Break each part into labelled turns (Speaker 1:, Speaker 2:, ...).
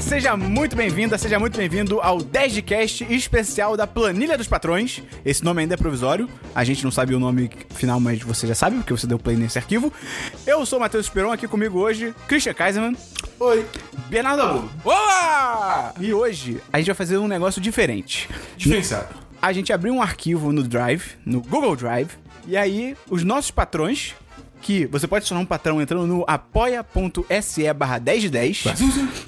Speaker 1: Seja muito bem-vinda, seja muito bem-vindo ao 10 de cast especial da Planilha dos Patrões. Esse nome ainda é provisório, a gente não sabe o nome final, mas você já sabe, porque você deu play nesse arquivo. Eu sou o Matheus Esperon, aqui comigo hoje, Christian Kaiserman.
Speaker 2: Oi.
Speaker 1: Bernardo Abu.
Speaker 2: Olá!
Speaker 1: E hoje a gente vai fazer um negócio diferente.
Speaker 2: Diferenciado.
Speaker 1: A gente abriu um arquivo no Drive, no Google Drive, e aí os nossos patrões, que você pode se tornar um patrão entrando no apoia.se barra 10 de 10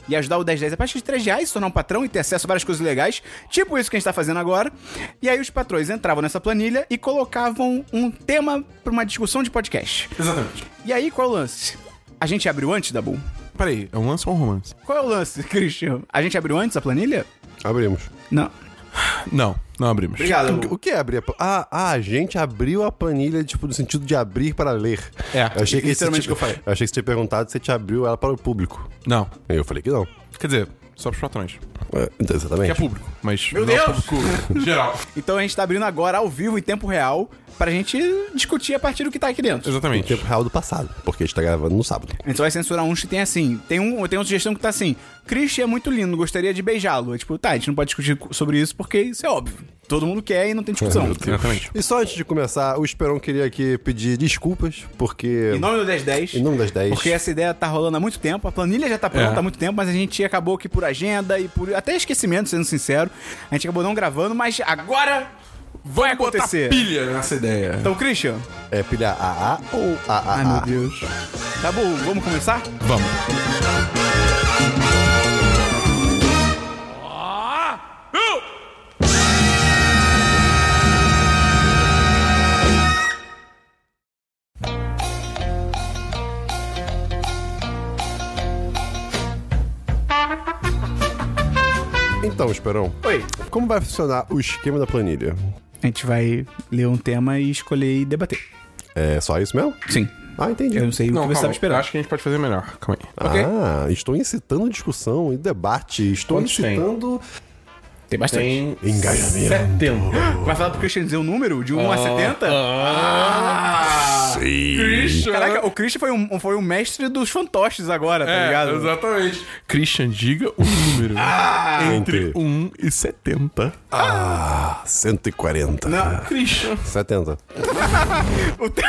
Speaker 1: e ajudar o 10 de 10 a partir de 3 reais, se tornar um patrão e ter acesso a várias coisas legais, tipo isso que a gente tá fazendo agora. E aí os patrões entravam nessa planilha e colocavam um tema pra uma discussão de podcast.
Speaker 2: Exatamente.
Speaker 1: E aí qual é o lance? A gente abriu antes, da Dabu?
Speaker 3: Peraí, é um lance ou um romance?
Speaker 1: Qual é o lance, Christian? A gente abriu antes a planilha?
Speaker 4: Abrimos.
Speaker 1: Não.
Speaker 3: Não, não abrimos.
Speaker 1: Obrigado.
Speaker 4: O, que- o que é abrir a planilha? Ah, ah, a gente abriu a planilha, tipo, no sentido de abrir para ler.
Speaker 3: É,
Speaker 4: eu achei que
Speaker 1: literalmente
Speaker 4: você,
Speaker 1: o que eu falei.
Speaker 4: achei que você tinha perguntado se a gente abriu ela para o público.
Speaker 3: Não.
Speaker 4: Aí eu falei que não.
Speaker 3: Quer dizer, só pros patrões.
Speaker 4: É, então,
Speaker 3: Que
Speaker 4: exatamente.
Speaker 3: é público, mas.
Speaker 1: Meu
Speaker 3: não é
Speaker 1: Deus!
Speaker 3: Público geral.
Speaker 1: Então a gente tá abrindo agora ao vivo em tempo real pra gente discutir a partir do que tá aqui dentro.
Speaker 4: Em
Speaker 3: Exatamente.
Speaker 4: tempo real do passado, porque a gente tá gravando no sábado.
Speaker 1: A gente só vai censurar uns que tem assim. Tem, um, tem uma sugestão que tá assim: Christian é muito lindo, gostaria de beijá-lo. É tipo, tá, a gente não pode discutir co- sobre isso porque isso é óbvio. Todo mundo quer e não tem discussão.
Speaker 3: Exatamente.
Speaker 4: E só antes de começar, o Esperon queria aqui pedir desculpas, porque.
Speaker 1: Em nome do 1010.
Speaker 4: Em nome das 10.
Speaker 1: Porque essa ideia tá rolando há muito tempo, a planilha já tá pronta
Speaker 3: É.
Speaker 1: há muito tempo, mas a gente acabou que por agenda e por até esquecimento, sendo sincero, a gente acabou não gravando, mas agora vai
Speaker 2: Botar
Speaker 1: acontecer.
Speaker 2: pilha nessa ideia.
Speaker 1: Então, Christian,
Speaker 4: É pilha AA ou AAA?
Speaker 1: Ai, meu Deus. Tá bom, vamos começar?
Speaker 3: Vamos.
Speaker 4: Então, Esperon,
Speaker 1: Oi.
Speaker 4: como vai funcionar o esquema da planilha?
Speaker 1: A gente vai ler um tema e escolher e debater.
Speaker 4: É só isso mesmo?
Speaker 1: Sim.
Speaker 4: Ah, entendi.
Speaker 1: Eu não sei o que você estava
Speaker 3: calma, eu
Speaker 1: esperando.
Speaker 3: Acho que a gente pode fazer melhor. Calma aí.
Speaker 1: Ok.
Speaker 4: Ah, estou incitando discussão e debate. Estou
Speaker 3: Quantos tem?
Speaker 4: incitando
Speaker 1: Tem bastante.
Speaker 4: engajamento.
Speaker 3: 70.
Speaker 1: Vai falar pro Christian dizer o número de 1
Speaker 3: Ah,
Speaker 1: a 70?
Speaker 3: Christian.
Speaker 1: Caraca, o Christian foi um, foi um mestre dos fantoches agora, tá ligado?
Speaker 3: É, exatamente. Christian, diga um número.
Speaker 1: Ah!
Speaker 3: Entre 1 e 70.
Speaker 4: Ah, 140.
Speaker 1: Não,
Speaker 3: Christian.
Speaker 4: 70.
Speaker 1: o, te-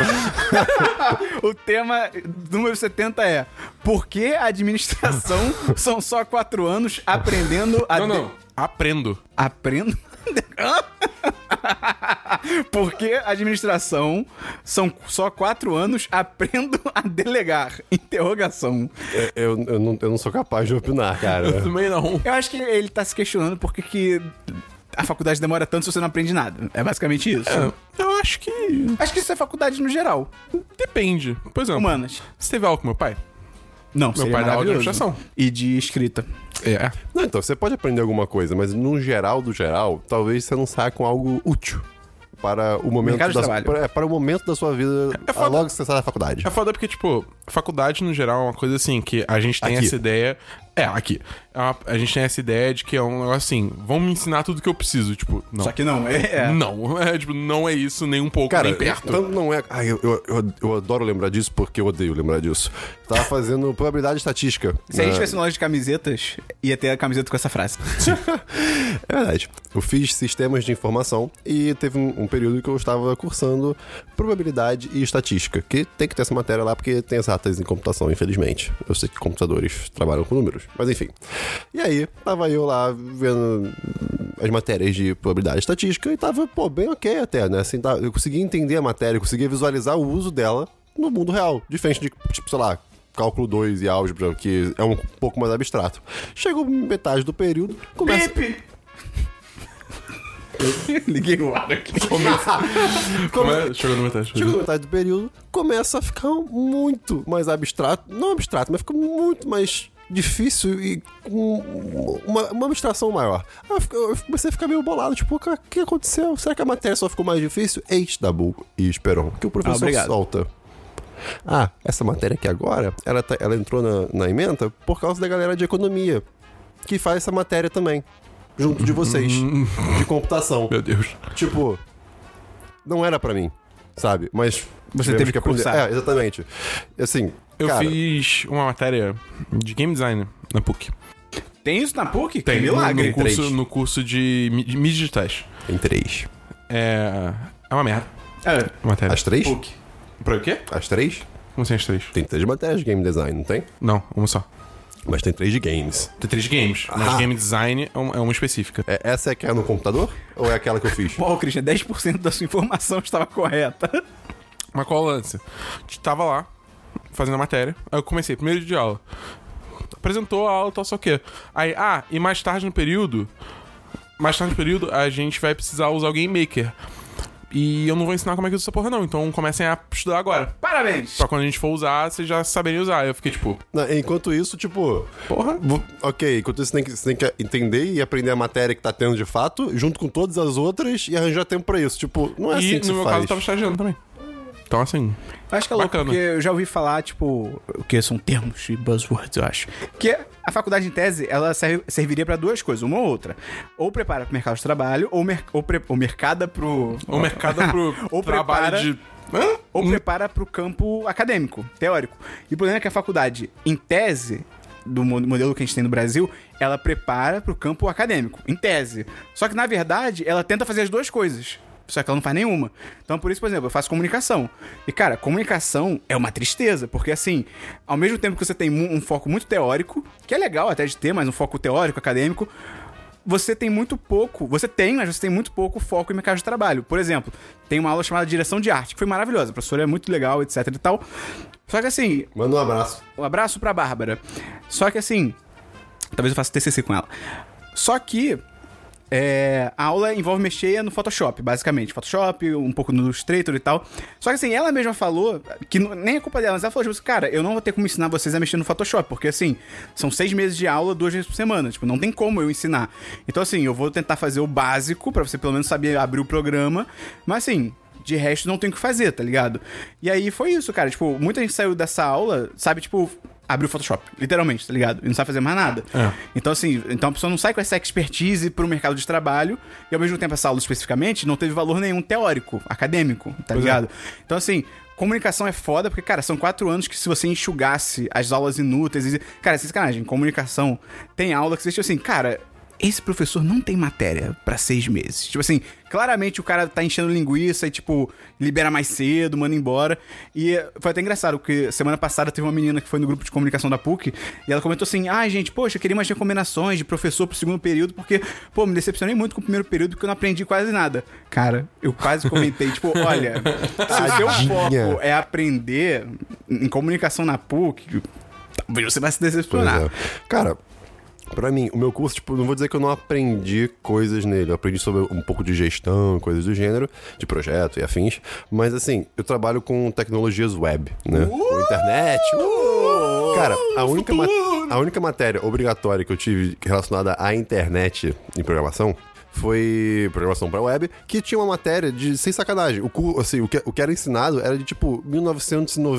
Speaker 1: o tema número 70 é Por que a administração são só 4 anos aprendendo a...
Speaker 3: Não,
Speaker 1: de-
Speaker 3: não. Aprendo.
Speaker 1: Aprendo... Hã? Por que a administração são só 4 anos aprendo a delegar? Interrogação.
Speaker 4: É, Eu, eu não, eu não sou capaz de opinar, cara.
Speaker 3: Também não.
Speaker 1: Eu acho que ele tá se questionando por que, que a faculdade demora tanto se você não aprende nada. É basicamente isso.
Speaker 3: Eu acho que.
Speaker 1: Acho que isso é faculdade no geral.
Speaker 3: Depende. Por exemplo,
Speaker 1: Humanas.
Speaker 3: você teve aula com meu pai?
Speaker 1: Não, seria
Speaker 3: pai dá aula de
Speaker 1: maravilhoso.
Speaker 3: administração.
Speaker 1: E de escrita.
Speaker 3: É.
Speaker 4: Não, então, você pode aprender alguma coisa, mas no geral do geral, talvez você não saia com algo útil para o momento
Speaker 1: Mercado de
Speaker 4: da
Speaker 1: trabalho.
Speaker 4: Para, é, para o momento da sua vida ah,
Speaker 3: É foda.
Speaker 4: logo que você sai da faculdade.
Speaker 3: É foda porque, tipo, faculdade no geral é uma coisa assim que a gente tem
Speaker 4: Aqui.
Speaker 3: essa ideia. É, aqui. É uma- a gente tem essa ideia de que é um negócio assim, vão me ensinar tudo que eu preciso. Tipo, não.
Speaker 1: Só que não, é. é.
Speaker 3: Não, é, tipo, não é isso nem um pouco,
Speaker 4: Cara,
Speaker 3: nem perto.
Speaker 4: tanto não é. Ai, eu, eu, eu- eu adoro lembrar disso porque eu odeio lembrar disso. Tava fazendo probabilidade estatística.
Speaker 1: Se a gente
Speaker 4: né?
Speaker 1: tivesse uma loja de camisetas, ia ter a camiseta com essa frase.
Speaker 4: É verdade. Eu fiz sistemas de informação e teve um, um período que eu estava cursando probabilidade e estatística, que tem que ter essa matéria lá porque tem exatas em computação, infelizmente. Eu sei que computadores trabalham com números, mas enfim. E aí, tava eu lá vendo as matérias de probabilidade e estatística e tava, pô, bem ok até, né? Assim, tá- eu conseguia entender a matéria, eu conseguia visualizar o uso dela no mundo real, diferente de, tipo, sei lá, cálculo 2 e álgebra, que é um pouco mais abstrato. Chegou metade do período, começa...
Speaker 1: Pepe! Liguei o ar aqui.
Speaker 3: Como é? Chegou no metade.
Speaker 4: Chegou na metade do período, começa a ficar muito mais abstrato. Não abstrato, mas fica muito mais difícil e com uma, uma abstração maior. Aí eu fico- eu comecei a ficar meio bolado, tipo, cara, o que aconteceu? Será que a matéria só ficou mais difícil? Eis Dabu e Esperon, que o
Speaker 1: Ah,
Speaker 4: professor
Speaker 1: obrigado.
Speaker 4: solta. Ah, essa matéria aqui agora, ela, tá- ela entrou na, na emenda por causa da galera de economia, que faz essa matéria também, junto de vocês, de computação.
Speaker 3: Meu Deus.
Speaker 4: Tipo, não era pra mim, sabe? Mas.
Speaker 1: Você
Speaker 4: tivemos
Speaker 1: teve que
Speaker 4: aprender.
Speaker 1: cursar.
Speaker 4: É, exatamente. Assim,
Speaker 3: Eu
Speaker 4: cara,
Speaker 3: fiz uma matéria de game design na PUC.
Speaker 1: Tem isso na PUC?
Speaker 3: Tem.
Speaker 1: Que milagre.
Speaker 3: No curso,
Speaker 4: Três.
Speaker 3: no curso de mi- de mídias digitais.
Speaker 4: Em três.
Speaker 3: É. É uma merda.
Speaker 1: É,
Speaker 3: a Matéria.
Speaker 4: As três?
Speaker 1: PUC.
Speaker 3: Pra o quê?
Speaker 4: As três?
Speaker 3: Como assim as três?
Speaker 4: Tem três matérias de game design, não tem?
Speaker 3: Não, uma só.
Speaker 4: Mas tem três de games.
Speaker 3: Tem três games. Mas game design é uma é uma específica.
Speaker 4: É- essa é que é no computador? Ou é aquela que eu fiz?
Speaker 1: Pô, Christian, 10% da sua informação estava correta.
Speaker 3: Mas qual o lance? A gente Tava lá, fazendo a matéria. Aí eu comecei, primeiro dia de aula. Apresentou a aula, tal, só o quê. Aí, ah, e mais tarde no período. Mais tarde no período, a gente vai precisar usar o Game Maker. E eu não vou ensinar como é que usa essa porra, não. Então comecem a estudar agora.
Speaker 1: Parabéns.
Speaker 3: Pra quando a gente for usar, vocês já saberem usar. Aí eu fiquei tipo,
Speaker 4: Não, enquanto isso, tipo.
Speaker 3: porra.
Speaker 4: vo- Ok, enquanto isso, você tem, que, você tem que entender e aprender a matéria que tá tendo de fato, junto com todas as outras, e arranjar tempo pra isso. Tipo, não é assim
Speaker 3: e
Speaker 4: que
Speaker 3: no
Speaker 4: se
Speaker 3: meu
Speaker 4: faz.
Speaker 3: caso, eu tava estagiando também. Então, assim,
Speaker 1: Acho que é louco,
Speaker 3: Bacana.
Speaker 1: porque eu já ouvi falar, tipo, o que são termos e buzzwords, eu acho. Que a faculdade em tese, ela serve- serviria pra duas coisas, uma ou outra. Ou prepara pro mercado de trabalho, ou, mer ou, pre- ou mercada pro...
Speaker 3: o mercado é pro
Speaker 1: Ou
Speaker 3: trabalho
Speaker 1: prepara-
Speaker 3: de. Hã?
Speaker 1: ou prepara para o campo acadêmico, teórico. E o problema é que a faculdade, em tese, do mo- modelo que a gente tem no Brasil, ela prepara para o campo acadêmico, em tese. Só que, na verdade, ela tenta fazer as duas coisas. Só que ela não faz nenhuma. Então, por isso, por exemplo, eu faço comunicação. E, cara, comunicação é uma tristeza, porque, assim, ao mesmo tempo que você tem mu- um foco muito teórico, que é legal até de ter, mas um foco teórico, acadêmico, você tem muito pouco, você tem, mas você tem muito pouco foco em mercado de trabalho. Por exemplo, tem uma aula chamada Direção de Arte, que foi maravilhosa, a professora é muito legal, etc e tal. Só que assim,
Speaker 4: Manda um abraço.
Speaker 1: um abraço pra Bárbara. Só que assim, talvez eu faça TCC com ela. Só que é, a aula envolve mexer no Photoshop, basicamente. Photoshop, um pouco no Illustrator e tal. Só que assim, ela mesma falou, que não- nem é culpa dela, mas ela falou, tipo, assim, cara, eu não vou ter como ensinar vocês a mexer no Photoshop, porque assim, são seis meses de aula, duas vezes por semana. Tipo, não tem como eu ensinar. Então assim, eu vou tentar fazer o básico, pra você pelo menos saber abrir o programa. Mas assim, de resto, não tem o que fazer, tá ligado? E aí foi isso, cara. Tipo, muita gente saiu dessa aula, sabe, tipo, abriu o Photoshop, literalmente, tá ligado? E não sabe fazer mais nada.
Speaker 3: É.
Speaker 1: Então, assim, então a pessoa não sai com essa expertise pro mercado de trabalho, e ao mesmo tempo essa aula especificamente não teve valor nenhum teórico, acadêmico, tá ligado? Então, assim. Comunicação é foda, porque, cara, são quatro anos que se você enxugasse as aulas inúteis. e- Cara, sem sacanagem, comunicação tem aula que você tipo assim, cara, esse professor não tem matéria pra seis meses. Tipo assim, claramente o cara tá enchendo linguiça e, tipo, libera mais cedo, manda embora. E foi até engraçado, porque semana passada teve uma menina que foi no grupo de comunicação da PUC e ela comentou assim: ai, gente, poxa, eu queria umas recomendações de professor pro segundo período, porque, pô, me decepcionei muito com o primeiro período porque eu não aprendi quase nada. Cara, eu quase comentei, tipo, olha, se o seu
Speaker 4: Tadinha.
Speaker 1: foco é aprender em comunicação na PUC, talvez você vai se
Speaker 4: Pois
Speaker 1: decepcionar.
Speaker 4: é. Cara, pra mim, o meu curso, tipo, não vou dizer que eu não aprendi coisas nele. Eu aprendi sobre um pouco de gestão, coisas do gênero, de projeto e afins. Mas assim, eu trabalho com tecnologias web, né? Com internet. Uh! Cara,
Speaker 1: Hum,
Speaker 4: a única, ma- a única matéria obrigatória que eu tive relacionada à internet e programação foi programação pra web, que tinha uma matéria de, sem sacanagem, o, cu- assim, o, que, o que era ensinado era de tipo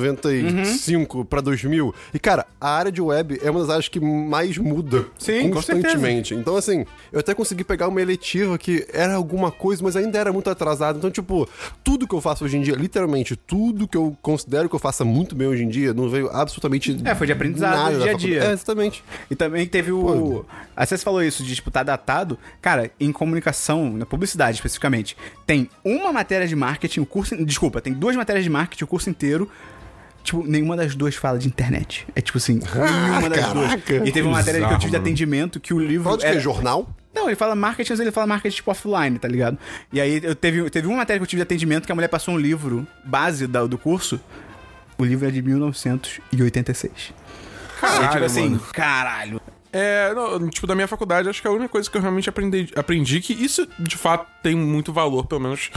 Speaker 4: 1995 pra 2000. E cara, a área de web é uma das áreas que mais muda
Speaker 1: Sim, com certeza.
Speaker 4: constantemente. então assim, eu até consegui pegar uma eletiva que era alguma coisa, mas ainda era muito atrasada. Então tipo, tudo que eu faço hoje em dia, literalmente tudo que eu considero que eu faça muito bem hoje em dia, não veio absolutamente
Speaker 1: É, foi de aprendizado,
Speaker 4: nada
Speaker 1: do
Speaker 4: da
Speaker 1: dia a
Speaker 4: faculdade.
Speaker 1: dia.
Speaker 4: É, exatamente.
Speaker 1: E também teve o. Ah, Você falou isso de, tipo, tá datado. Cara, em comunicação, na publicidade especificamente, tem uma matéria de marketing, o curso. Desculpa, tem duas matérias de marketing, o curso inteiro. Tipo, nenhuma das duas fala de internet. É tipo assim, nenhuma das
Speaker 4: Ah, caraca.
Speaker 1: duas. E teve uma matéria que eu
Speaker 3: Bizarro,
Speaker 1: tive de
Speaker 3: mano.
Speaker 1: atendimento que o livro.
Speaker 4: Fala de
Speaker 1: era-
Speaker 3: um
Speaker 4: que? Jornal?
Speaker 1: não, ele fala marketing, mas ele fala marketing tipo offline, tá ligado? E aí eu teve, teve uma matéria que eu tive de atendimento que a mulher passou um livro base da- do curso. O livro é de 1986. E eu, tipo
Speaker 3: Caralho,
Speaker 1: assim,
Speaker 3: mano.
Speaker 1: caralho.
Speaker 3: É, não, tipo, da minha faculdade, acho que a única coisa que eu realmente aprendi, aprendi que isso, de fato, tem muito valor, pelo menos,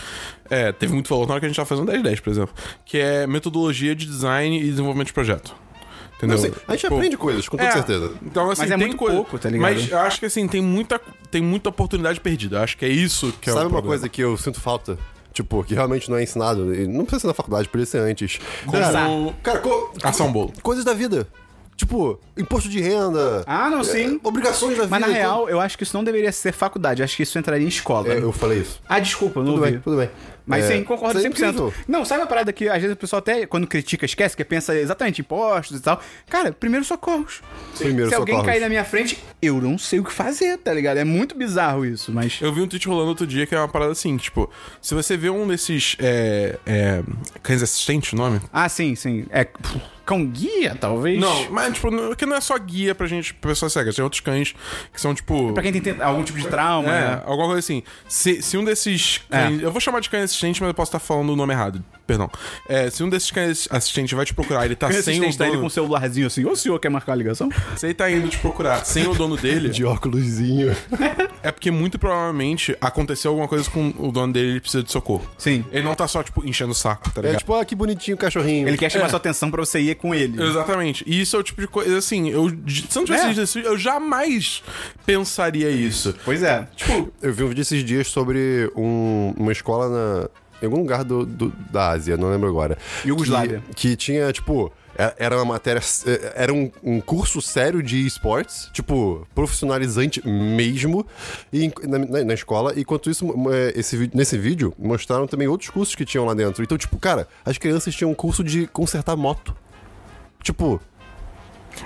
Speaker 3: é, teve muito valor na hora que a gente tava fazendo 10-10, por exemplo, que é metodologia de design e desenvolvimento de projeto. Entendeu?
Speaker 4: Não sei, a gente
Speaker 3: Tipo,
Speaker 4: aprende coisas, com toda
Speaker 3: é,
Speaker 4: certeza.
Speaker 3: Então, assim,
Speaker 1: Mas é
Speaker 3: tem
Speaker 1: muito
Speaker 3: coisa-
Speaker 1: pouco, tá ligado?
Speaker 3: Mas eu acho que, assim, tem muita, tem muita oportunidade perdida. Eu acho que é isso que é o
Speaker 4: Sabe uma
Speaker 3: problema.
Speaker 4: coisa que eu sinto falta? Tipo, que realmente não é ensinado. E não precisa ser na faculdade, podia ser antes.
Speaker 3: Como-
Speaker 4: Cara, co-
Speaker 3: Ação um bolo.
Speaker 4: coisas da vida. Tipo, imposto de renda. É,
Speaker 1: Ah, não, sim.
Speaker 4: Obrigações da
Speaker 1: Mas na
Speaker 4: vida, então.
Speaker 1: real, eu acho que isso não deveria ser faculdade, eu acho que isso entraria em escola.
Speaker 4: É, eu falei isso.
Speaker 1: Ah, desculpa, não
Speaker 4: Tudo
Speaker 1: ouvi.
Speaker 4: bem, tudo bem.
Speaker 1: Mas
Speaker 4: É,
Speaker 1: sim, concordo
Speaker 4: isso é
Speaker 1: 100%.
Speaker 4: incrível.
Speaker 1: Não, sabe a parada que às vezes o pessoal até, quando critica, esquece, que pensa exatamente impostos e tal. Cara, primeiro socorros.
Speaker 4: Primeiro
Speaker 1: Se alguém
Speaker 4: socorros.
Speaker 1: cair na minha frente, eu não sei o que fazer, tá ligado? É muito bizarro isso, mas...
Speaker 3: Eu vi um tweet rolando outro dia que é uma parada assim, tipo, se você vê um desses. É, é, cães assistentes, o nome?
Speaker 1: Ah, sim, sim. É pff, cão guia, talvez?
Speaker 3: Não, mas, tipo, não- que não é só guia pra gente, pra pessoas cegas. Tem outros cães que são, tipo.
Speaker 1: Pra quem tem, tem algum tipo de trauma,
Speaker 3: É,
Speaker 1: né?
Speaker 3: alguma coisa assim. Se, se um desses cães. Eu vou chamar de cães assistente, mas eu posso estar falando o nome errado. Perdão. É, se um desses cães assistente vai te procurar, ele tá
Speaker 1: Quem
Speaker 3: sem o
Speaker 1: assistente tá ele com
Speaker 3: dono.
Speaker 1: o celularzinho assim, ô senhor, quer marcar a ligação?
Speaker 3: Se ele tá indo te procurar sem o dono dele,
Speaker 4: De óculosinho.
Speaker 3: é porque muito provavelmente aconteceu alguma coisa com o dono dele ele precisa de socorro.
Speaker 1: Sim.
Speaker 3: Ele não tá só, tipo, enchendo o saco, tá
Speaker 4: É
Speaker 3: ligado?
Speaker 4: tipo, ah, que bonitinho o cachorrinho.
Speaker 1: Ele quer
Speaker 3: É.
Speaker 1: chamar sua atenção pra você ir com ele.
Speaker 3: Exatamente. E isso é o tipo de coisa, assim, eu. Se eu não tivesse
Speaker 1: É.
Speaker 3: visto esse vídeo, eu jamais pensaria isso.
Speaker 1: Pois é.
Speaker 3: Tipo,
Speaker 4: Eu vi um vídeo esses dias sobre um- uma escola na, em algum lugar do, do- da Ásia, não lembro agora.
Speaker 1: Iugoslávia.
Speaker 4: Que, que tinha, tipo. é- Era uma matéria. é, Era um, um curso sério de esportes, tipo, profissionalizante mesmo, e, em- na, na- na escola. Enquanto isso, mo- é, esse, vídeo- nesse vídeo, mostraram também outros cursos que tinham lá dentro. Então, tipo, cara, as crianças tinham um curso de consertar moto. Tipo.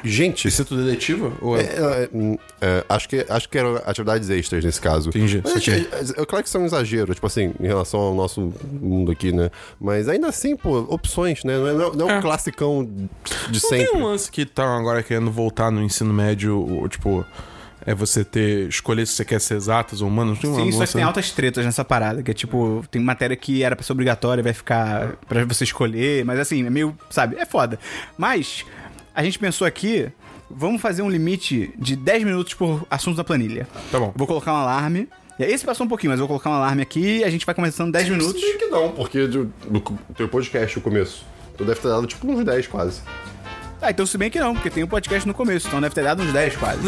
Speaker 4: Gente.
Speaker 3: isso é tudo detetiva? Ou
Speaker 4: É, é, hum, é, acho, que, acho que eram atividades extras nesse caso.
Speaker 3: Entendi,
Speaker 4: Mas,
Speaker 3: saquei.
Speaker 4: é, é, é claro que isso é um exagero, tipo assim, em relação ao nosso mundo aqui, né? Mas ainda assim, pô, opções, né? Não é, não é um
Speaker 3: É.
Speaker 4: classicão de
Speaker 3: Não
Speaker 4: sempre.
Speaker 3: Tem um lance que tá agora querendo voltar no ensino médio, ou, tipo, é você ter escolher se você quer ser exatas ou humanas. Não tem um né?
Speaker 1: Sim,
Speaker 3: uma
Speaker 1: só que
Speaker 3: moça-
Speaker 1: tem altas tretas nessa parada, que é tipo, tem matéria que era pra ser obrigatória, vai ficar pra você escolher, mas assim, é meio, sabe, é foda. Mas, a gente pensou aqui, vamos fazer um limite de 10 minutos por assunto da planilha.
Speaker 3: Tá bom.
Speaker 1: Vou colocar um alarme. E aí, Esse passou um pouquinho, mas eu vou colocar um alarme aqui e a gente vai começando 10 minutos.
Speaker 4: que não, porque do, do teu podcast, o começo. Tu deve ter dado tipo uns 10 quase.
Speaker 1: Ah, então se bem que não, porque tem o podcast no começo, então deve ter dado uns 10 quase.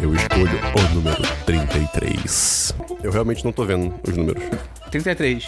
Speaker 4: Eu escolho o número 33. Eu realmente não tô vendo os números.
Speaker 1: 33.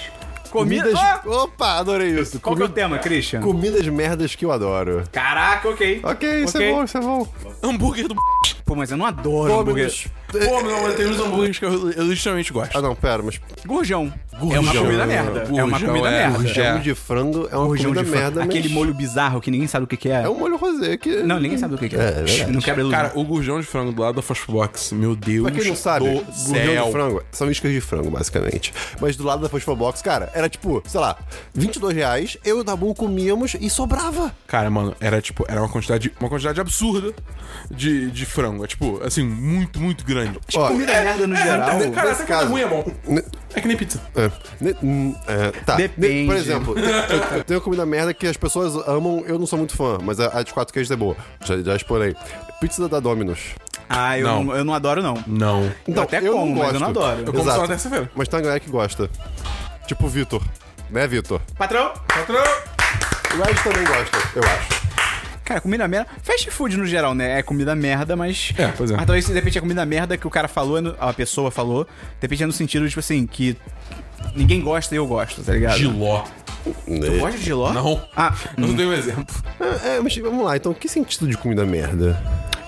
Speaker 1: Comida.
Speaker 3: Ah!
Speaker 4: Opa, adorei isso.
Speaker 1: Qual que é o
Speaker 4: Comi-
Speaker 1: tema, Christian?
Speaker 4: Comidas merdas que eu adoro.
Speaker 1: Caraca, ok.
Speaker 4: Ok, isso
Speaker 1: Ok.
Speaker 4: é bom, isso é bom.
Speaker 3: Hambúrguer do b.
Speaker 1: Pô, mas eu não adoro hambúrguer.
Speaker 3: Pô, não, mas tem uns hambúrgueres que eu, eu legitimamente gosto.
Speaker 4: Ah, não, pera, mas
Speaker 1: Gurjão. É uma comida merda. é uma
Speaker 3: Gurjão,
Speaker 1: comida
Speaker 3: é.
Speaker 1: merda.
Speaker 3: Gurjão.
Speaker 4: Jambo de frango é uma
Speaker 1: Gurjão
Speaker 4: comida
Speaker 1: de
Speaker 4: merda,
Speaker 1: merda,
Speaker 4: mas
Speaker 1: Aquele molho bizarro que ninguém sabe o que, que é.
Speaker 4: É um molho rosé que...
Speaker 1: Não, ninguém sabe o que, que é.
Speaker 4: É, é verdade.
Speaker 1: Não quebra ilusão.
Speaker 3: Cara, o gurjão de frango do lado da Fastbox, meu Deus.
Speaker 4: Pra quem não sabe,
Speaker 3: do
Speaker 4: gurjão
Speaker 3: céu.
Speaker 4: de frango são iscas de frango, basicamente. Mas do lado da Fosfobox, cara, era tipo, sei lá, 22 reais, eu e o Dabu comíamos e sobrava.
Speaker 3: Cara, mano, era tipo, era uma quantidade, uma quantidade absurda de, de frango. É tipo, assim, muito, muito grande.
Speaker 4: Ó,
Speaker 1: comida merda no geral.
Speaker 3: Tipo, é, cara,
Speaker 4: nesse
Speaker 3: essa coisa
Speaker 4: caso-
Speaker 3: ruim é bom. É que nem pizza.
Speaker 4: É, ne- hum, é, tá.
Speaker 1: Depende.
Speaker 4: Ne- Por exemplo, tem- eu- eu tenho comida merda que as pessoas amam, eu não sou muito fã, mas a, a de quatro queijos é boa. Já, já explorei. Pizza da Domino's. Então,
Speaker 1: Ah, eu não.
Speaker 3: Não.
Speaker 1: eu não adoro, não.
Speaker 3: Não.
Speaker 1: eu até como, mas eu não adoro.
Speaker 3: Eu como só
Speaker 4: Exato.
Speaker 3: na terça-feira.
Speaker 4: Mas tem uma galera que gosta. Tipo o Vitor. Né, Vitor?
Speaker 1: Patrão?
Speaker 3: Patrão!
Speaker 4: O Ed também gosta, eu acho.
Speaker 1: Cara, comida merda. Fast food no geral, né? É comida merda, mas.
Speaker 3: É, pois é.
Speaker 1: Mas talvez de repente a comida merda que o cara falou, é no- a pessoa falou, de repente é no sentido, tipo assim, que ninguém gosta e eu gosto, tá ligado?
Speaker 3: Giló.
Speaker 1: Tu gosta de giló?
Speaker 3: Não.
Speaker 1: Ah,
Speaker 3: Eu não dei um exemplo.
Speaker 4: É, é, mas vamos lá, então que sentido de comida merda?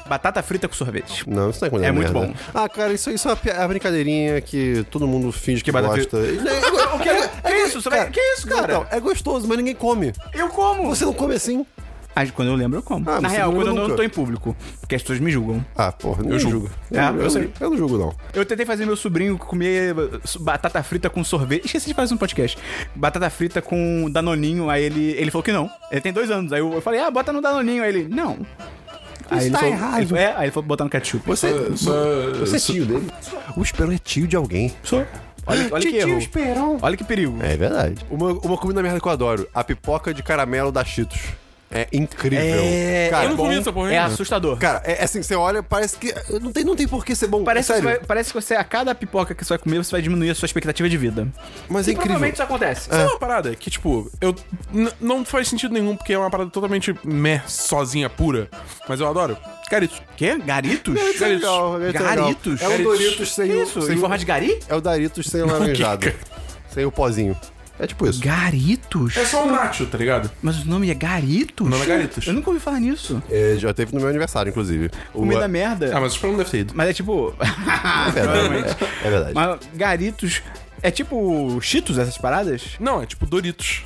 Speaker 1: batata frita com sorvete.
Speaker 4: Não, isso não é comida
Speaker 1: É muito
Speaker 4: merda.
Speaker 1: bom.
Speaker 4: Ah, cara, isso, isso é uma pi- é uma brincadeirinha que todo mundo finge que,
Speaker 1: bate-
Speaker 4: gosta.
Speaker 1: O que é, que é isso? Você vai- que é isso, cara?
Speaker 4: Não, não, é gostoso, mas ninguém come.
Speaker 1: Eu como.
Speaker 4: Você não come assim?
Speaker 1: Ah, quando eu lembro, eu como.
Speaker 4: Ah,
Speaker 1: Na
Speaker 4: você
Speaker 1: real,
Speaker 4: não
Speaker 1: quando eu
Speaker 4: lembra
Speaker 1: não eu
Speaker 4: nunca.
Speaker 1: tô em público. Porque as pessoas me julgam.
Speaker 4: Ah, porra, ninguém
Speaker 3: julgo.
Speaker 4: julga.
Speaker 1: É, eu sei.
Speaker 4: não- eu não julgo, não.
Speaker 1: Eu tentei fazer meu sobrinho comer eh, batata frita com sorvete. Esqueci de fazer um podcast. Batata frita com danoninho. Aí ele, ele falou que não. Ele tem dois anos. Aí eu, eu falei, ah, bota no danoninho. Aí ele, não. aí ele
Speaker 4: tá
Speaker 1: falou-
Speaker 4: errado.
Speaker 1: ele falou, é, aí ele falou botar no ketchup.
Speaker 4: Você, você é tio dele? O Esperão é tio de alguém.
Speaker 1: Sou. Olha, olha que erro.
Speaker 4: Esperão.
Speaker 1: Olha que perigo.
Speaker 4: É verdade. Uma, uma comida merda que eu adoro. A pipoca de caramelo da Cheetos. É incrível.
Speaker 1: É,
Speaker 4: Cara,
Speaker 1: é
Speaker 3: eu não
Speaker 1: bom,
Speaker 3: comi essa porra
Speaker 1: É
Speaker 3: ainda.
Speaker 1: assustador.
Speaker 4: Cara, é, é assim, você olha, parece que. Não tem, não tem por que ser bom. é
Speaker 1: Parece que,
Speaker 4: sério.
Speaker 1: você vai- parece que você, a cada pipoca que você vai comer, você vai diminuir a sua expectativa de vida.
Speaker 4: Mas é
Speaker 1: E
Speaker 4: incrível.
Speaker 1: provavelmente isso acontece.
Speaker 3: Sabe é uma parada que, tipo, eu. n- Não faz sentido nenhum, porque é uma parada totalmente meh, sozinha, pura. Mas eu adoro. Garitos.
Speaker 1: Quê? Garitos?
Speaker 4: Isso é legal, isso é legal.
Speaker 1: Garitos?
Speaker 4: É um
Speaker 1: Garitos.
Speaker 4: Doritos sem
Speaker 1: Que
Speaker 4: o-
Speaker 1: isso?
Speaker 4: sem
Speaker 1: Em
Speaker 4: o-
Speaker 1: forma de gari?
Speaker 4: É o Daritos sem laranjado. sem o pozinho. É tipo isso.
Speaker 1: Garitos?
Speaker 3: É só um nacho, tá ligado?
Speaker 1: Mas o nome é Garitos?
Speaker 3: O nome é Garitos.
Speaker 1: Eu nunca ouvi falar nisso.
Speaker 4: É, já teve no meu aniversário, inclusive. O,
Speaker 1: Comida
Speaker 4: é,
Speaker 1: merda.
Speaker 3: Ah, mas o Spam não deve ter ido.
Speaker 1: Mas é tipo.
Speaker 4: verdade. É, é verdade.
Speaker 1: mas Garitos. É tipo Cheetos, essas paradas?
Speaker 3: Não, é tipo Doritos.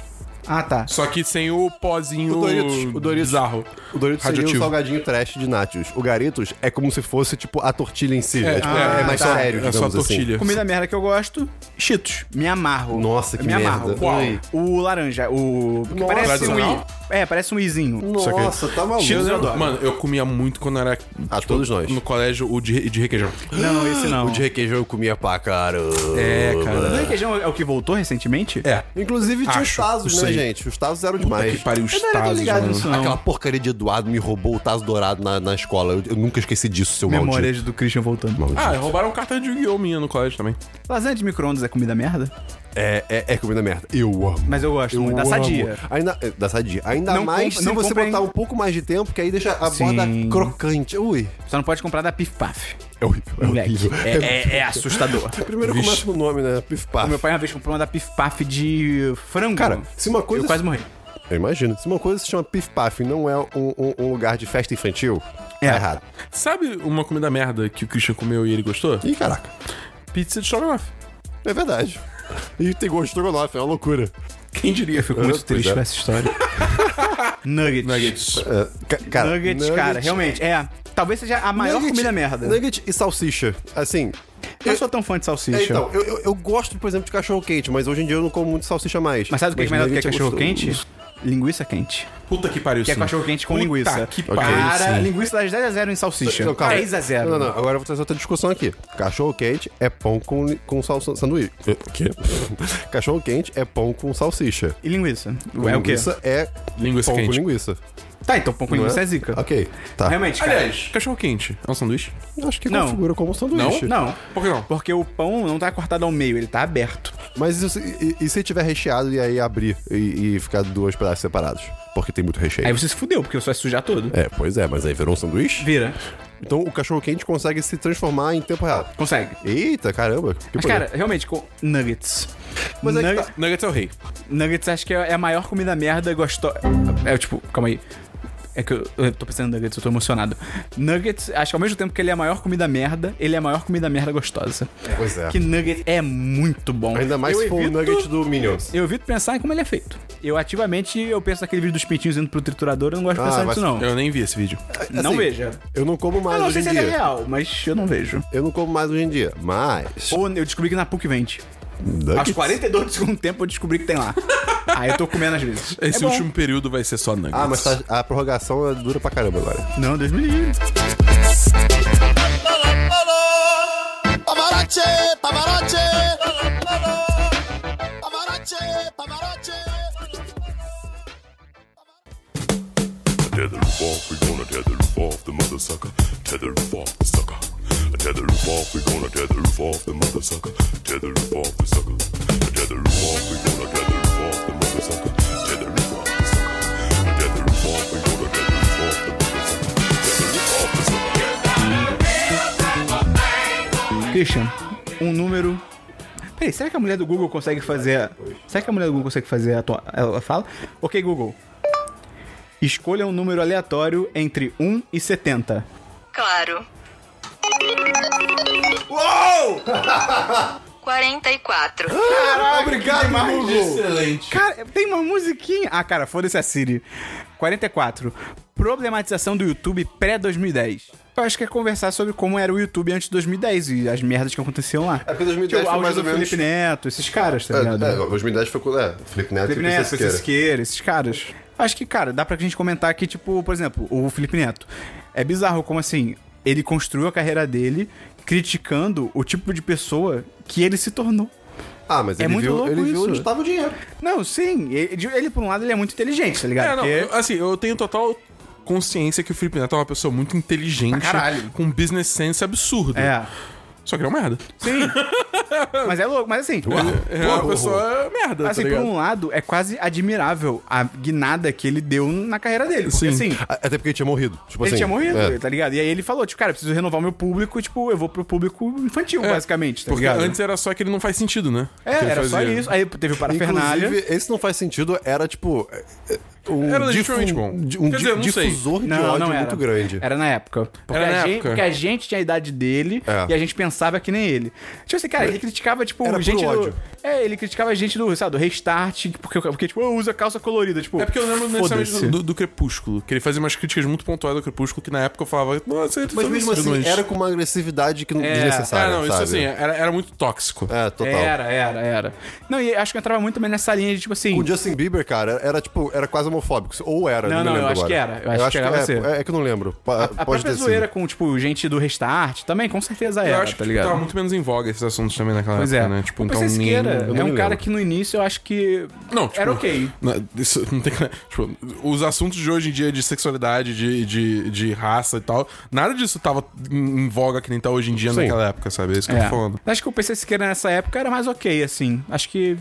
Speaker 1: Ah, tá.
Speaker 3: Só que sem o pozinho
Speaker 4: O Doritos, o Doritos.
Speaker 3: bizarro.
Speaker 4: O Doritos seria o
Speaker 3: radioativo.
Speaker 4: salgadinho trash de Nachos. O Garitos é como se fosse, tipo, a tortilha em si. É, tipo,
Speaker 3: ah,
Speaker 4: é mais
Speaker 3: tá.
Speaker 4: sério,
Speaker 3: É só
Speaker 4: digamos assim.
Speaker 3: tortilha.
Speaker 1: Comida merda que eu gosto, Cheetos. Me amarro.
Speaker 4: Nossa, que
Speaker 1: Me
Speaker 4: merda.
Speaker 1: amarro.
Speaker 3: Qual?
Speaker 4: Ai.
Speaker 1: O laranja, o. que
Speaker 4: Nossa.
Speaker 1: parece um i.
Speaker 3: Tradicional?
Speaker 1: É, parece um izinho.
Speaker 4: Nossa, tá maluco.
Speaker 3: Eu lembro- Mano, eu comia muito quando era tipo,
Speaker 4: A Ah, todos nós.
Speaker 3: no colégio o de, de requeijão.
Speaker 1: Não, esse não.
Speaker 4: O de requeijão eu comia pra caramba.
Speaker 3: É,
Speaker 1: O
Speaker 3: cara.
Speaker 1: requeijão é o que voltou recentemente?
Speaker 3: É.
Speaker 4: Inclusive tinha os
Speaker 3: Acho,
Speaker 4: Tazos,
Speaker 3: não
Speaker 4: né,
Speaker 3: sei.
Speaker 4: gente? Os Tazos eram
Speaker 3: Puta
Speaker 4: demais.
Speaker 3: que pariu, os
Speaker 1: Eu não era
Speaker 3: tazos,
Speaker 1: ligado
Speaker 3: mano.
Speaker 1: nisso, não.
Speaker 4: Aquela porcaria de Eduardo me roubou o Tazo Dourado na, na escola. Eu, eu nunca esqueci disso, seu
Speaker 1: Memórias do Christian voltando.
Speaker 4: maldito.
Speaker 3: Ah,
Speaker 4: Maldito.
Speaker 3: roubaram carta de Yu-Gi-Oh! minha no colégio também.
Speaker 1: Lasanha de micro-ondas é comida merda?
Speaker 4: É, é, é comida merda. Eu amo.
Speaker 1: Mas eu gosto muito. Da
Speaker 4: amo.
Speaker 1: Sadia.
Speaker 4: Ainda, é, da sadia. Ainda
Speaker 1: Não
Speaker 4: mais
Speaker 1: compra-
Speaker 4: se
Speaker 1: não
Speaker 4: você
Speaker 1: compra em-
Speaker 4: botar um pouco mais de tempo, que aí deixa a
Speaker 1: Sim.
Speaker 4: borda crocante. Ui,
Speaker 1: Só não pode comprar da Pif Paf.
Speaker 4: é horrível. É
Speaker 1: Moleque.
Speaker 4: horrível.
Speaker 1: É, é- é assustador.
Speaker 4: Primeiro
Speaker 3: Vixe.
Speaker 4: começa no nome, né? Pif
Speaker 1: O
Speaker 4: paf.
Speaker 1: meu pai uma vez comprou uma da Pif Paf de frango.
Speaker 4: Cara, se uma coisa.
Speaker 1: Eu quase morri.
Speaker 4: Eu imagino. Se uma coisa se chama Pif Paf e não é um, um- um lugar de festa infantil,
Speaker 1: É.
Speaker 4: tá errado.
Speaker 3: Sabe uma comida merda que o Christian comeu e ele gostou?
Speaker 4: Ih, caraca.
Speaker 3: Pizza de estrogonofe.
Speaker 4: É verdade. E tem gosto de estrogonofe, é uma loucura.
Speaker 1: Quem diria? Eu fico
Speaker 4: Eu-
Speaker 1: muito triste
Speaker 4: pois é.
Speaker 1: com essa história. Nuggets.
Speaker 3: Nuggets.
Speaker 4: É, ca- cara,
Speaker 1: Nuggets, cara, realmente. É. Talvez seja a maior
Speaker 4: Nugget-
Speaker 1: comida merda.
Speaker 4: Nugget e salsicha. Assim.
Speaker 1: Eu não sou tão fã de salsicha.
Speaker 4: é, então, eu, eu, eu gosto, por exemplo, de cachorro quente, mas hoje em dia eu não como muito salsicha mais.
Speaker 1: Mas sabe o que é
Speaker 4: Mas
Speaker 1: melhor do que
Speaker 4: nugget
Speaker 1: cachorro
Speaker 4: gostoso.
Speaker 1: quente? Linguiça quente.
Speaker 3: Puta que pariu,
Speaker 1: Que é
Speaker 3: sim.
Speaker 1: cachorro quente com
Speaker 3: Puta
Speaker 1: linguiça.
Speaker 3: que
Speaker 4: Ok,
Speaker 3: pariu,
Speaker 1: Cara,
Speaker 3: sim.
Speaker 1: linguiça das 10 a 0 em salsicha. é
Speaker 4: Não, calma.
Speaker 1: 10 a 0.
Speaker 4: Não, não, agora eu vou trazer outra discussão aqui. Cachorro quente é pão com, li- com salsa, sanduíche. O quê? cachorro quente é pão com salsicha.
Speaker 1: E linguiça? é o quê?
Speaker 4: Linguiça é
Speaker 3: Linguiça
Speaker 4: pão
Speaker 3: quente.
Speaker 4: com linguiça.
Speaker 1: Tá, então pão com
Speaker 4: não
Speaker 1: linguiça é zica.
Speaker 4: Ok, tá.
Speaker 1: Realmente, cara.
Speaker 3: Aliás, cachorro quente. É um sanduíche?
Speaker 4: Acho que
Speaker 1: Não.
Speaker 4: configura como um sanduíche.
Speaker 1: Não,
Speaker 3: Por que não?
Speaker 1: porque o pão não tá cortado ao meio, ele tá aberto.
Speaker 4: Mas e, se- e- e se tiver recheado e aí abrir e, e ficar dois pedaços separados? Porque tem muito recheio.
Speaker 1: Aí você se fudeu, porque você vai sujar todo.
Speaker 4: É, pois é, mas aí virou um sanduíche?
Speaker 1: Vira.
Speaker 4: Então o cachorro quente consegue se transformar em tempo real.
Speaker 1: Consegue.
Speaker 4: Eita, caramba. Que
Speaker 1: Mas,
Speaker 4: poder.
Speaker 1: cara, realmente, com nuggets.
Speaker 4: Mas é que
Speaker 1: Nugget-
Speaker 4: tá-
Speaker 3: Nuggets é o rei.
Speaker 1: Nuggets acho que é a maior comida merda gostosa. É tipo, calma aí. É que eu, eu tô pensando em nuggets, eu tô emocionado. Nuggets, acho que ao mesmo tempo que ele é a maior comida merda, ele é a maior comida merda gostosa.
Speaker 4: Pois é.
Speaker 1: Que nugget é muito bom.
Speaker 4: Ainda mais
Speaker 1: eu
Speaker 4: se for o
Speaker 1: evito-
Speaker 4: nugget do Minions.
Speaker 1: Eu evito pensar em como ele é feito. Eu ativamente eu penso naquele vídeo dos pintinhos indo pro triturador, eu não gosto de
Speaker 4: Ah,
Speaker 1: pensar
Speaker 4: vai
Speaker 1: nisso, não.
Speaker 3: Eu nem vi esse vídeo.
Speaker 1: Não
Speaker 4: assim,
Speaker 1: veja.
Speaker 4: Eu não como mais
Speaker 1: eu não sei
Speaker 4: hoje em
Speaker 1: se
Speaker 4: dia.
Speaker 1: ele é real, mas eu não vejo.
Speaker 4: Eu não como mais hoje em dia. Mas.
Speaker 1: Ou eu descobri que na PUC vende. Aos
Speaker 4: Nuggets?
Speaker 1: 42 do segundo um tempo eu descobri que tem lá. Aí eu tô comendo às vezes.
Speaker 3: Esse
Speaker 1: é bom.
Speaker 3: último período vai ser só nuggets.
Speaker 4: Ah, mas tá- a prorrogação é dura pra caramba agora.
Speaker 1: Não, Deus me livre.
Speaker 5: Pavarotti, Pavarotti. Pavarotti, Pavarotti.
Speaker 6: tether roof off, we gonna tether roof off the mother sucker, tether roof off the sucker. A tether roof off, we gonna tether roof off the mother sucker, tether roof off the sucker. A tether roof off, we gonna tether roof off the mother sucker, tether roof off the sucker. A tether roof off, we gonna tether roof off the mother sucker, tether roof off the sucker.
Speaker 1: Christian, um número. Peraí, será que a mulher do Google consegue fazer. a- Será que a mulher do Google consegue fazer a tua. Ela fala? Ok, Google. Escolha um número aleatório entre 1 e 70.
Speaker 7: Claro. Uou! 44.
Speaker 4: Obrigado, Google!
Speaker 3: Excelente.
Speaker 1: Cara, tem uma musiquinha. Ah, cara, foda-se a Siri. 44. Problematização do YouTube pré-2010. Eu acho que é conversar sobre como era o YouTube antes de 2010 e as merdas que aconteciam lá. É
Speaker 4: porque 2010 foi mais
Speaker 1: do
Speaker 4: ou menos-
Speaker 1: Felipe Neto, esses caras, tá ligado?
Speaker 4: É, é, 2010 foi quando. É, Felipe Neto
Speaker 1: Felipe
Speaker 4: e
Speaker 1: Neto,
Speaker 4: Priscila
Speaker 1: Priscila
Speaker 4: Siqueira.
Speaker 1: Siqueira, esses caras. Acho que, cara, dá pra gente comentar que, tipo, por exemplo, o Felipe Neto. É bizarro como, assim, ele construiu a carreira dele criticando o tipo de pessoa que ele se tornou.
Speaker 4: Ah, mas
Speaker 1: É
Speaker 4: ele,
Speaker 1: muito
Speaker 4: viu,
Speaker 1: louco
Speaker 4: ele viu
Speaker 1: isso.
Speaker 4: onde estava o dinheiro.
Speaker 1: Não, sim. Ele, ele, por um lado, ele é muito inteligente, tá ligado?
Speaker 3: É, não,
Speaker 1: Porque-
Speaker 3: eu- assim, eu tenho total consciência que o Felipe Neto é uma pessoa muito inteligente,
Speaker 1: Pra caralho.
Speaker 3: com um business sense absurdo.
Speaker 1: É.
Speaker 3: Só que ele é um merda.
Speaker 1: Sim. mas é louco, mas assim.
Speaker 3: É uma pessoa merda,
Speaker 1: Assim,
Speaker 3: tá
Speaker 1: por
Speaker 3: ligado?
Speaker 1: um lado, é quase admirável a guinada que ele deu na carreira dele. Porque,
Speaker 3: Sim.
Speaker 1: assim,
Speaker 4: A- Até porque ele tinha morrido. Tipo
Speaker 1: ele
Speaker 4: assim,
Speaker 1: tinha morrido,
Speaker 4: é.
Speaker 1: tá ligado? E aí ele falou, tipo, cara, eu preciso renovar o meu público, tipo, eu vou pro público infantil, basicamente, tá
Speaker 3: É, Porque
Speaker 1: ligado?
Speaker 3: antes era só que ele não faz sentido, né?
Speaker 1: É,
Speaker 3: Que ele
Speaker 1: era só
Speaker 3: fazia.
Speaker 1: isso. Aí teve o Parafernália.
Speaker 4: Inclusive, esse não faz sentido, era tipo. é, é, Um
Speaker 3: Era
Speaker 4: difu-
Speaker 3: legitimamente bom.
Speaker 4: di-
Speaker 3: Quer
Speaker 4: Um di-
Speaker 3: dizer, eu não sei.
Speaker 4: difusor de ódio muito grande.
Speaker 1: Era na época. Porque,
Speaker 3: Era
Speaker 1: a
Speaker 3: na
Speaker 1: gente,
Speaker 3: época.
Speaker 1: porque a gente tinha a idade dele
Speaker 4: É.
Speaker 1: e a gente pensava que nem ele. Tipo assim, cara, ele criticava, tipo,
Speaker 4: Era
Speaker 1: gente
Speaker 4: puro
Speaker 1: do.
Speaker 4: ódio.
Speaker 1: É, ele criticava a gente do, sabe, do restart, porque, porque tipo, eu uso calça colorida, tipo.
Speaker 3: É porque eu lembro necessariamente
Speaker 1: foda-se.
Speaker 3: do, do- do Crepúsculo, que ele fazia umas críticas muito pontuais do Crepúsculo, que na época eu falava, nossa, ele
Speaker 4: Mas
Speaker 3: tá
Speaker 4: mesmo
Speaker 3: absurdo,
Speaker 4: assim,
Speaker 3: mas-
Speaker 4: era com uma agressividade que não
Speaker 1: É.
Speaker 3: Ah,
Speaker 4: desnecessária.
Speaker 3: não, isso
Speaker 4: sabe?
Speaker 3: assim, era, era muito tóxico.
Speaker 4: É, total.
Speaker 1: Era, era, era. Não, e acho que eu entrava muito também nessa linha de, tipo assim.
Speaker 4: O Justin Bieber, cara, era tipo, era quase homofóbico. Ou era,
Speaker 1: Não,
Speaker 4: não, me
Speaker 1: não,
Speaker 4: lembro
Speaker 1: eu acho
Speaker 4: agora.
Speaker 1: que era, eu acho que era, vai
Speaker 4: é,
Speaker 1: ser.
Speaker 4: é que eu não lembro. Pa-
Speaker 1: a a própria
Speaker 4: assim.
Speaker 1: zoeira com, tipo, gente do restart também, com certeza
Speaker 3: Eu
Speaker 1: era,
Speaker 3: acho que
Speaker 1: tá
Speaker 3: tipo,
Speaker 1: ligado?
Speaker 3: tava muito menos em voga esses assuntos também naquela
Speaker 1: Pois
Speaker 3: época,
Speaker 1: é.
Speaker 3: né? Tipo,
Speaker 1: o
Speaker 3: então
Speaker 1: PC
Speaker 3: nem-
Speaker 1: Siqueira
Speaker 4: eu
Speaker 1: é
Speaker 4: não
Speaker 1: um
Speaker 4: me
Speaker 1: cara
Speaker 4: lembro.
Speaker 1: que no início eu acho que
Speaker 3: Não, tipo,
Speaker 1: era ok.
Speaker 3: na- isso não tem que- tipo, os assuntos de hoje em dia de sexualidade, de, de, de raça e tal, nada disso tava em em voga que nem tá hoje em dia
Speaker 4: Sim.
Speaker 3: naquela época, sabe? É isso que
Speaker 4: Tá
Speaker 3: eu
Speaker 1: É.
Speaker 3: tô falando.
Speaker 1: Acho que o PC Siqueira nessa época era mais ok, assim. Acho que.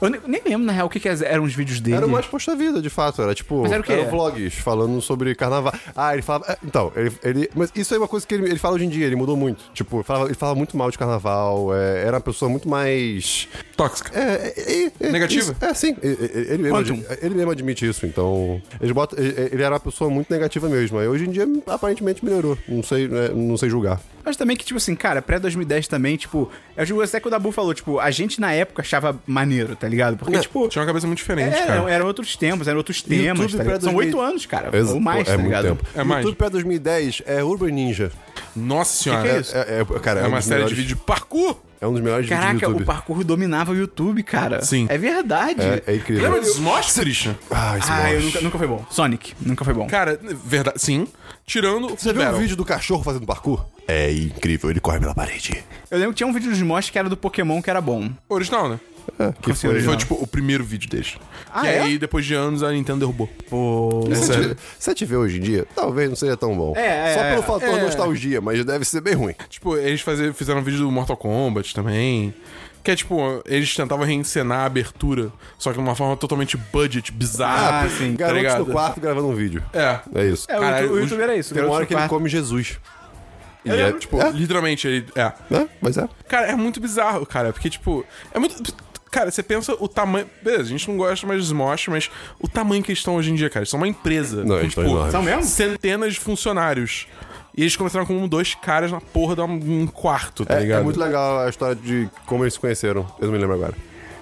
Speaker 1: Eu ne- nem lembro, na real, o que, que eram os vídeos dele.
Speaker 4: Era mais posta vida, de fato. Era tipo.
Speaker 1: Mas era o quê?
Speaker 4: vlogs falando sobre carnaval. Ah, ele falava. é, Então, ele. ele- mas isso é uma coisa que ele, ele fala hoje em dia, ele mudou muito. Tipo, ele falava, ele falava muito mal de carnaval. é, era uma pessoa muito mais.
Speaker 3: Tóxica.
Speaker 4: É, é, é, é,
Speaker 3: Negativa?
Speaker 4: isso- é, sim. E- e- Ele mesmo,
Speaker 1: Quantum.
Speaker 4: admi- ele mesmo admite isso, então. Ele, bota, ele, ele era uma pessoa muito negativa mesmo. Aí hoje em dia, aparentemente, melhorou. Não sei, né, não sei julgar.
Speaker 1: Mas também que, tipo assim, cara, pré-2010 também, tipo. Eu digo até que o Dabu falou, tipo, a gente na época achava maneiro, tá ligado? Porque, tipo.
Speaker 3: Tinha uma cabeça muito diferente,
Speaker 1: era-
Speaker 3: cara.
Speaker 1: eram outros tempos, eram outros temas.
Speaker 4: YouTube
Speaker 1: Tá ligado? São
Speaker 4: pré-
Speaker 1: oito anos, cara.
Speaker 4: Exa-
Speaker 1: ou mais,
Speaker 4: é
Speaker 1: tá
Speaker 4: muito
Speaker 1: ligado?
Speaker 4: tempo.
Speaker 3: É mais.
Speaker 4: YouTube pré 2010 é Urban Ninja.
Speaker 3: Nossa senhora.
Speaker 1: que é
Speaker 3: é,
Speaker 1: isso?
Speaker 4: É, é- cara,
Speaker 3: é uma
Speaker 4: dos
Speaker 3: série de
Speaker 4: melhores-
Speaker 3: vídeo de parkour.
Speaker 4: É um dos melhores vídeos
Speaker 1: Caraca,
Speaker 4: do
Speaker 1: o
Speaker 4: YouTube.
Speaker 1: parkour dominava o YouTube, cara.
Speaker 3: Sim.
Speaker 1: É verdade.
Speaker 4: É, é incrível.
Speaker 3: Lembra dos Mosh, Christian?
Speaker 4: Ah, esse
Speaker 1: Ah, eu
Speaker 4: moleque.
Speaker 1: nunca, nunca foi bom. Sonic, nunca foi bom.
Speaker 3: Cara, verdade. Sim. Tirando o
Speaker 4: Você viu o
Speaker 3: Battle.
Speaker 4: vídeo do cachorro fazendo parkour? É incrível, ele corre pela parede.
Speaker 1: Eu lembro que tinha um vídeo dos Mosh que era do Pokémon que era bom.
Speaker 3: Original, né?
Speaker 4: Que
Speaker 1: assim,
Speaker 4: foi...
Speaker 1: original?
Speaker 3: Foi, tipo, o primeiro vídeo deles.
Speaker 1: Ah,
Speaker 3: e
Speaker 1: é?
Speaker 3: aí, depois de anos, a Nintendo derrubou.
Speaker 1: Pô.
Speaker 3: É
Speaker 4: Se
Speaker 3: sério.
Speaker 4: você- Se tiver hoje em dia, talvez não seja tão bom.
Speaker 1: É, é,
Speaker 4: Só pelo
Speaker 1: é.
Speaker 4: fator nostalgia, mas deve ser bem ruim.
Speaker 3: Tipo, eles fazer, fizeram um vídeo do Mortal Kombat também. Que é tipo, eles tentavam reencenar a abertura, só que de uma forma totalmente budget, bizarra.
Speaker 1: Ah, sim.
Speaker 3: Tá
Speaker 4: Garotos
Speaker 3: ligado?
Speaker 4: no quarto gravando um vídeo.
Speaker 3: É.
Speaker 4: É isso.
Speaker 1: É, o
Speaker 3: Caralho,
Speaker 1: YouTube- o
Speaker 3: os-
Speaker 1: YouTube era isso.
Speaker 4: Tem uma
Speaker 1: garoto
Speaker 4: hora
Speaker 1: no
Speaker 4: que ele
Speaker 1: quarto.
Speaker 4: come Jesus. E
Speaker 3: Eu
Speaker 4: é,
Speaker 3: lembro,
Speaker 4: tipo,
Speaker 3: tipo, literalmente, ele. É.
Speaker 4: né? Mas é.
Speaker 3: Cara, é muito bizarro, cara. Porque, tipo, é muito. Cara, você pensa o tamanho. Beleza, a gente não gosta mais dos Mosh, mas o tamanho que eles estão hoje em dia, cara. Eles são uma empresa. tipo,
Speaker 4: Não, eles estão enormes.
Speaker 1: São mesmo?
Speaker 3: Centenas de funcionários. E eles começaram como dois caras na porra de um um quarto, tá
Speaker 4: É,
Speaker 3: ligado?
Speaker 4: é muito legal a história de como eles se conheceram. Eu não me lembro agora.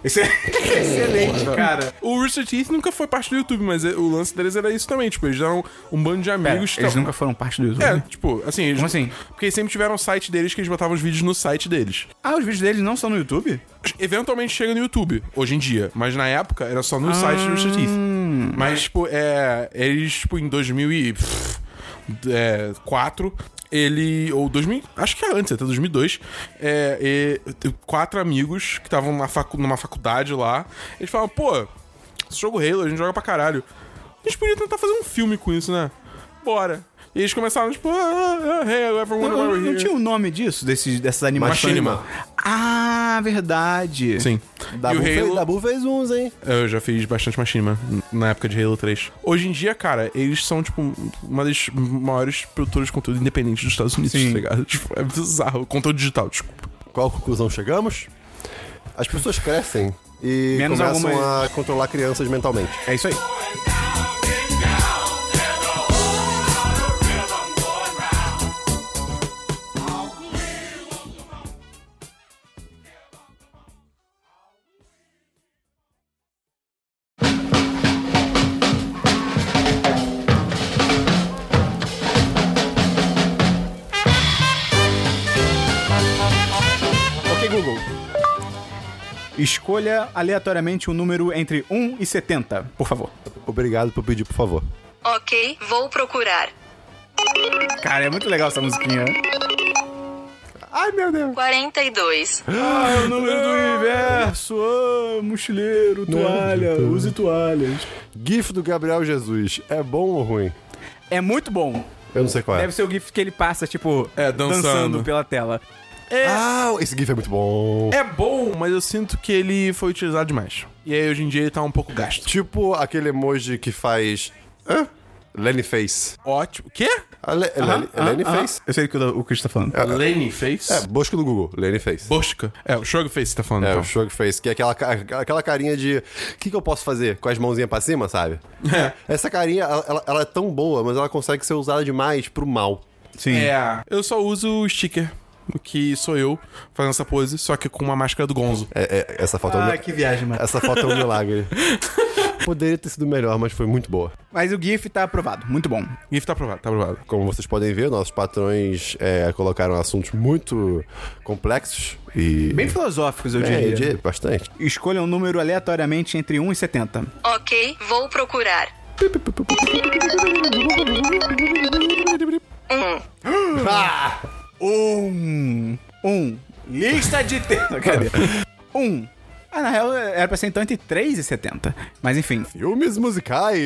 Speaker 1: Esse é- Excelente, cara.
Speaker 3: O Rooster Teeth nunca foi parte do YouTube, mas é- o lance deles era isso também. Tipo, eles eram um bando de
Speaker 1: Pera,
Speaker 3: amigos.
Speaker 1: É, eles
Speaker 3: tal.
Speaker 1: nunca foram parte do YouTube.
Speaker 3: É, tipo, assim... Eles...
Speaker 1: Como assim?
Speaker 3: Porque eles sempre tiveram o site deles que eles botavam os vídeos no site deles.
Speaker 1: Ah, os vídeos deles não são no YouTube?
Speaker 3: Eventualmente chega no YouTube, hoje em dia. Mas na época era só no site do Rooster Teeth.
Speaker 1: Ah.
Speaker 3: Mas, tipo, é... Eles, tipo, em 2004... é, Ele, ou 2000, acho que é antes, até 2002, é, e- quatro amigos que estavam na facu- numa faculdade lá. Eles falavam, pô, esse jogo Halo, a gente joga pra caralho. A gente podia tentar fazer um filme com isso, né? Bora. E eles começaram, tipo, ah, ah, hey, everyone,
Speaker 1: Não,
Speaker 3: why
Speaker 1: não,
Speaker 3: we're
Speaker 1: não
Speaker 3: here.
Speaker 1: tinha o nome disso, desses, dessas animações?
Speaker 3: Machinima.
Speaker 1: Ah, verdade.
Speaker 3: Sim.
Speaker 4: Dabu,
Speaker 3: e o
Speaker 4: fez,
Speaker 3: Halo...
Speaker 4: Dabu fez uns, hein?
Speaker 3: Eu já fiz bastante machinima na época de Halo 3. Hoje em dia, cara, eles são, tipo, uma das maiores produtoras de conteúdo independente dos Estados Unidos,
Speaker 1: Sim.
Speaker 3: tá ligado? Tipo, é bizarro. Conteúdo digital, desculpa.
Speaker 4: Qual conclusão chegamos? As pessoas crescem e
Speaker 1: Menos
Speaker 4: começam
Speaker 1: algumas-
Speaker 4: a controlar crianças mentalmente.
Speaker 1: É isso aí. Ok, Google. Escolha aleatoriamente um número entre 1 e 70, por favor.
Speaker 4: Obrigado por pedir, por favor.
Speaker 7: Ok, vou procurar.
Speaker 1: né? Cara, é muito legal essa musiquinha.
Speaker 4: Ai, meu Deus.
Speaker 7: 42,
Speaker 1: Ah, é o número do universo. Ah, mochileiro, toalha, use toalhas.
Speaker 4: GIF do Gabriel Jesus. É bom ou ruim?
Speaker 1: É muito bom.
Speaker 4: Eu não sei qual é.
Speaker 1: Deve ser o GIF que ele passa, tipo,
Speaker 3: É,
Speaker 1: dançando.
Speaker 3: dançando.
Speaker 1: pela tela.
Speaker 4: Ah, esse GIF é muito bom.
Speaker 3: É bom, mas eu sinto que ele foi utilizado demais. E aí hoje em dia ele tá um pouco gasto.
Speaker 4: Tipo aquele emoji que faz. Hã? Lenny Face.
Speaker 3: Ótimo. Quê?
Speaker 4: A Le- é Lenny, é Lenny Face?
Speaker 1: Eu sei o que o Chris tá falando.
Speaker 3: Lenny Face?
Speaker 4: É, busca no Google, Lenny Face.
Speaker 3: Bosca. É, o Shrug Face tá falando.
Speaker 4: É,
Speaker 3: então.
Speaker 4: o Shrug Face, que é aquela, ca- aquela carinha de. O que, que eu posso fazer? Com as mãozinhas pra cima, sabe? Essa carinha, ela, ela- ela é tão boa, mas ela consegue ser usada demais pro mal.
Speaker 1: Sim.
Speaker 3: É. Eu só uso o sticker, que sou eu, fazendo essa pose, só que com uma máscara do Gonzo.
Speaker 4: É- é- essa foto é um mi-
Speaker 1: Ah, que viagem, mano.
Speaker 4: Essa foto é um milagre. Poderia ter sido melhor, mas foi muito boa.
Speaker 1: Mas o GIF tá aprovado. Muito bom.
Speaker 3: GIF tá aprovado, tá aprovado.
Speaker 4: Como vocês podem ver, nossos patrões é, colocaram assuntos muito complexos e.
Speaker 1: Bem filosóficos, eu
Speaker 4: é,
Speaker 1: diria.
Speaker 4: de- bastante.
Speaker 1: Escolha um número aleatoriamente entre 1 e 70.
Speaker 7: ok, vou procurar. Um,
Speaker 1: Um. Um. Lista de temas. Cadê? Um. Ah, na real, era pra ser então entre 3 e 70. Mas enfim.
Speaker 4: Filmes musicais!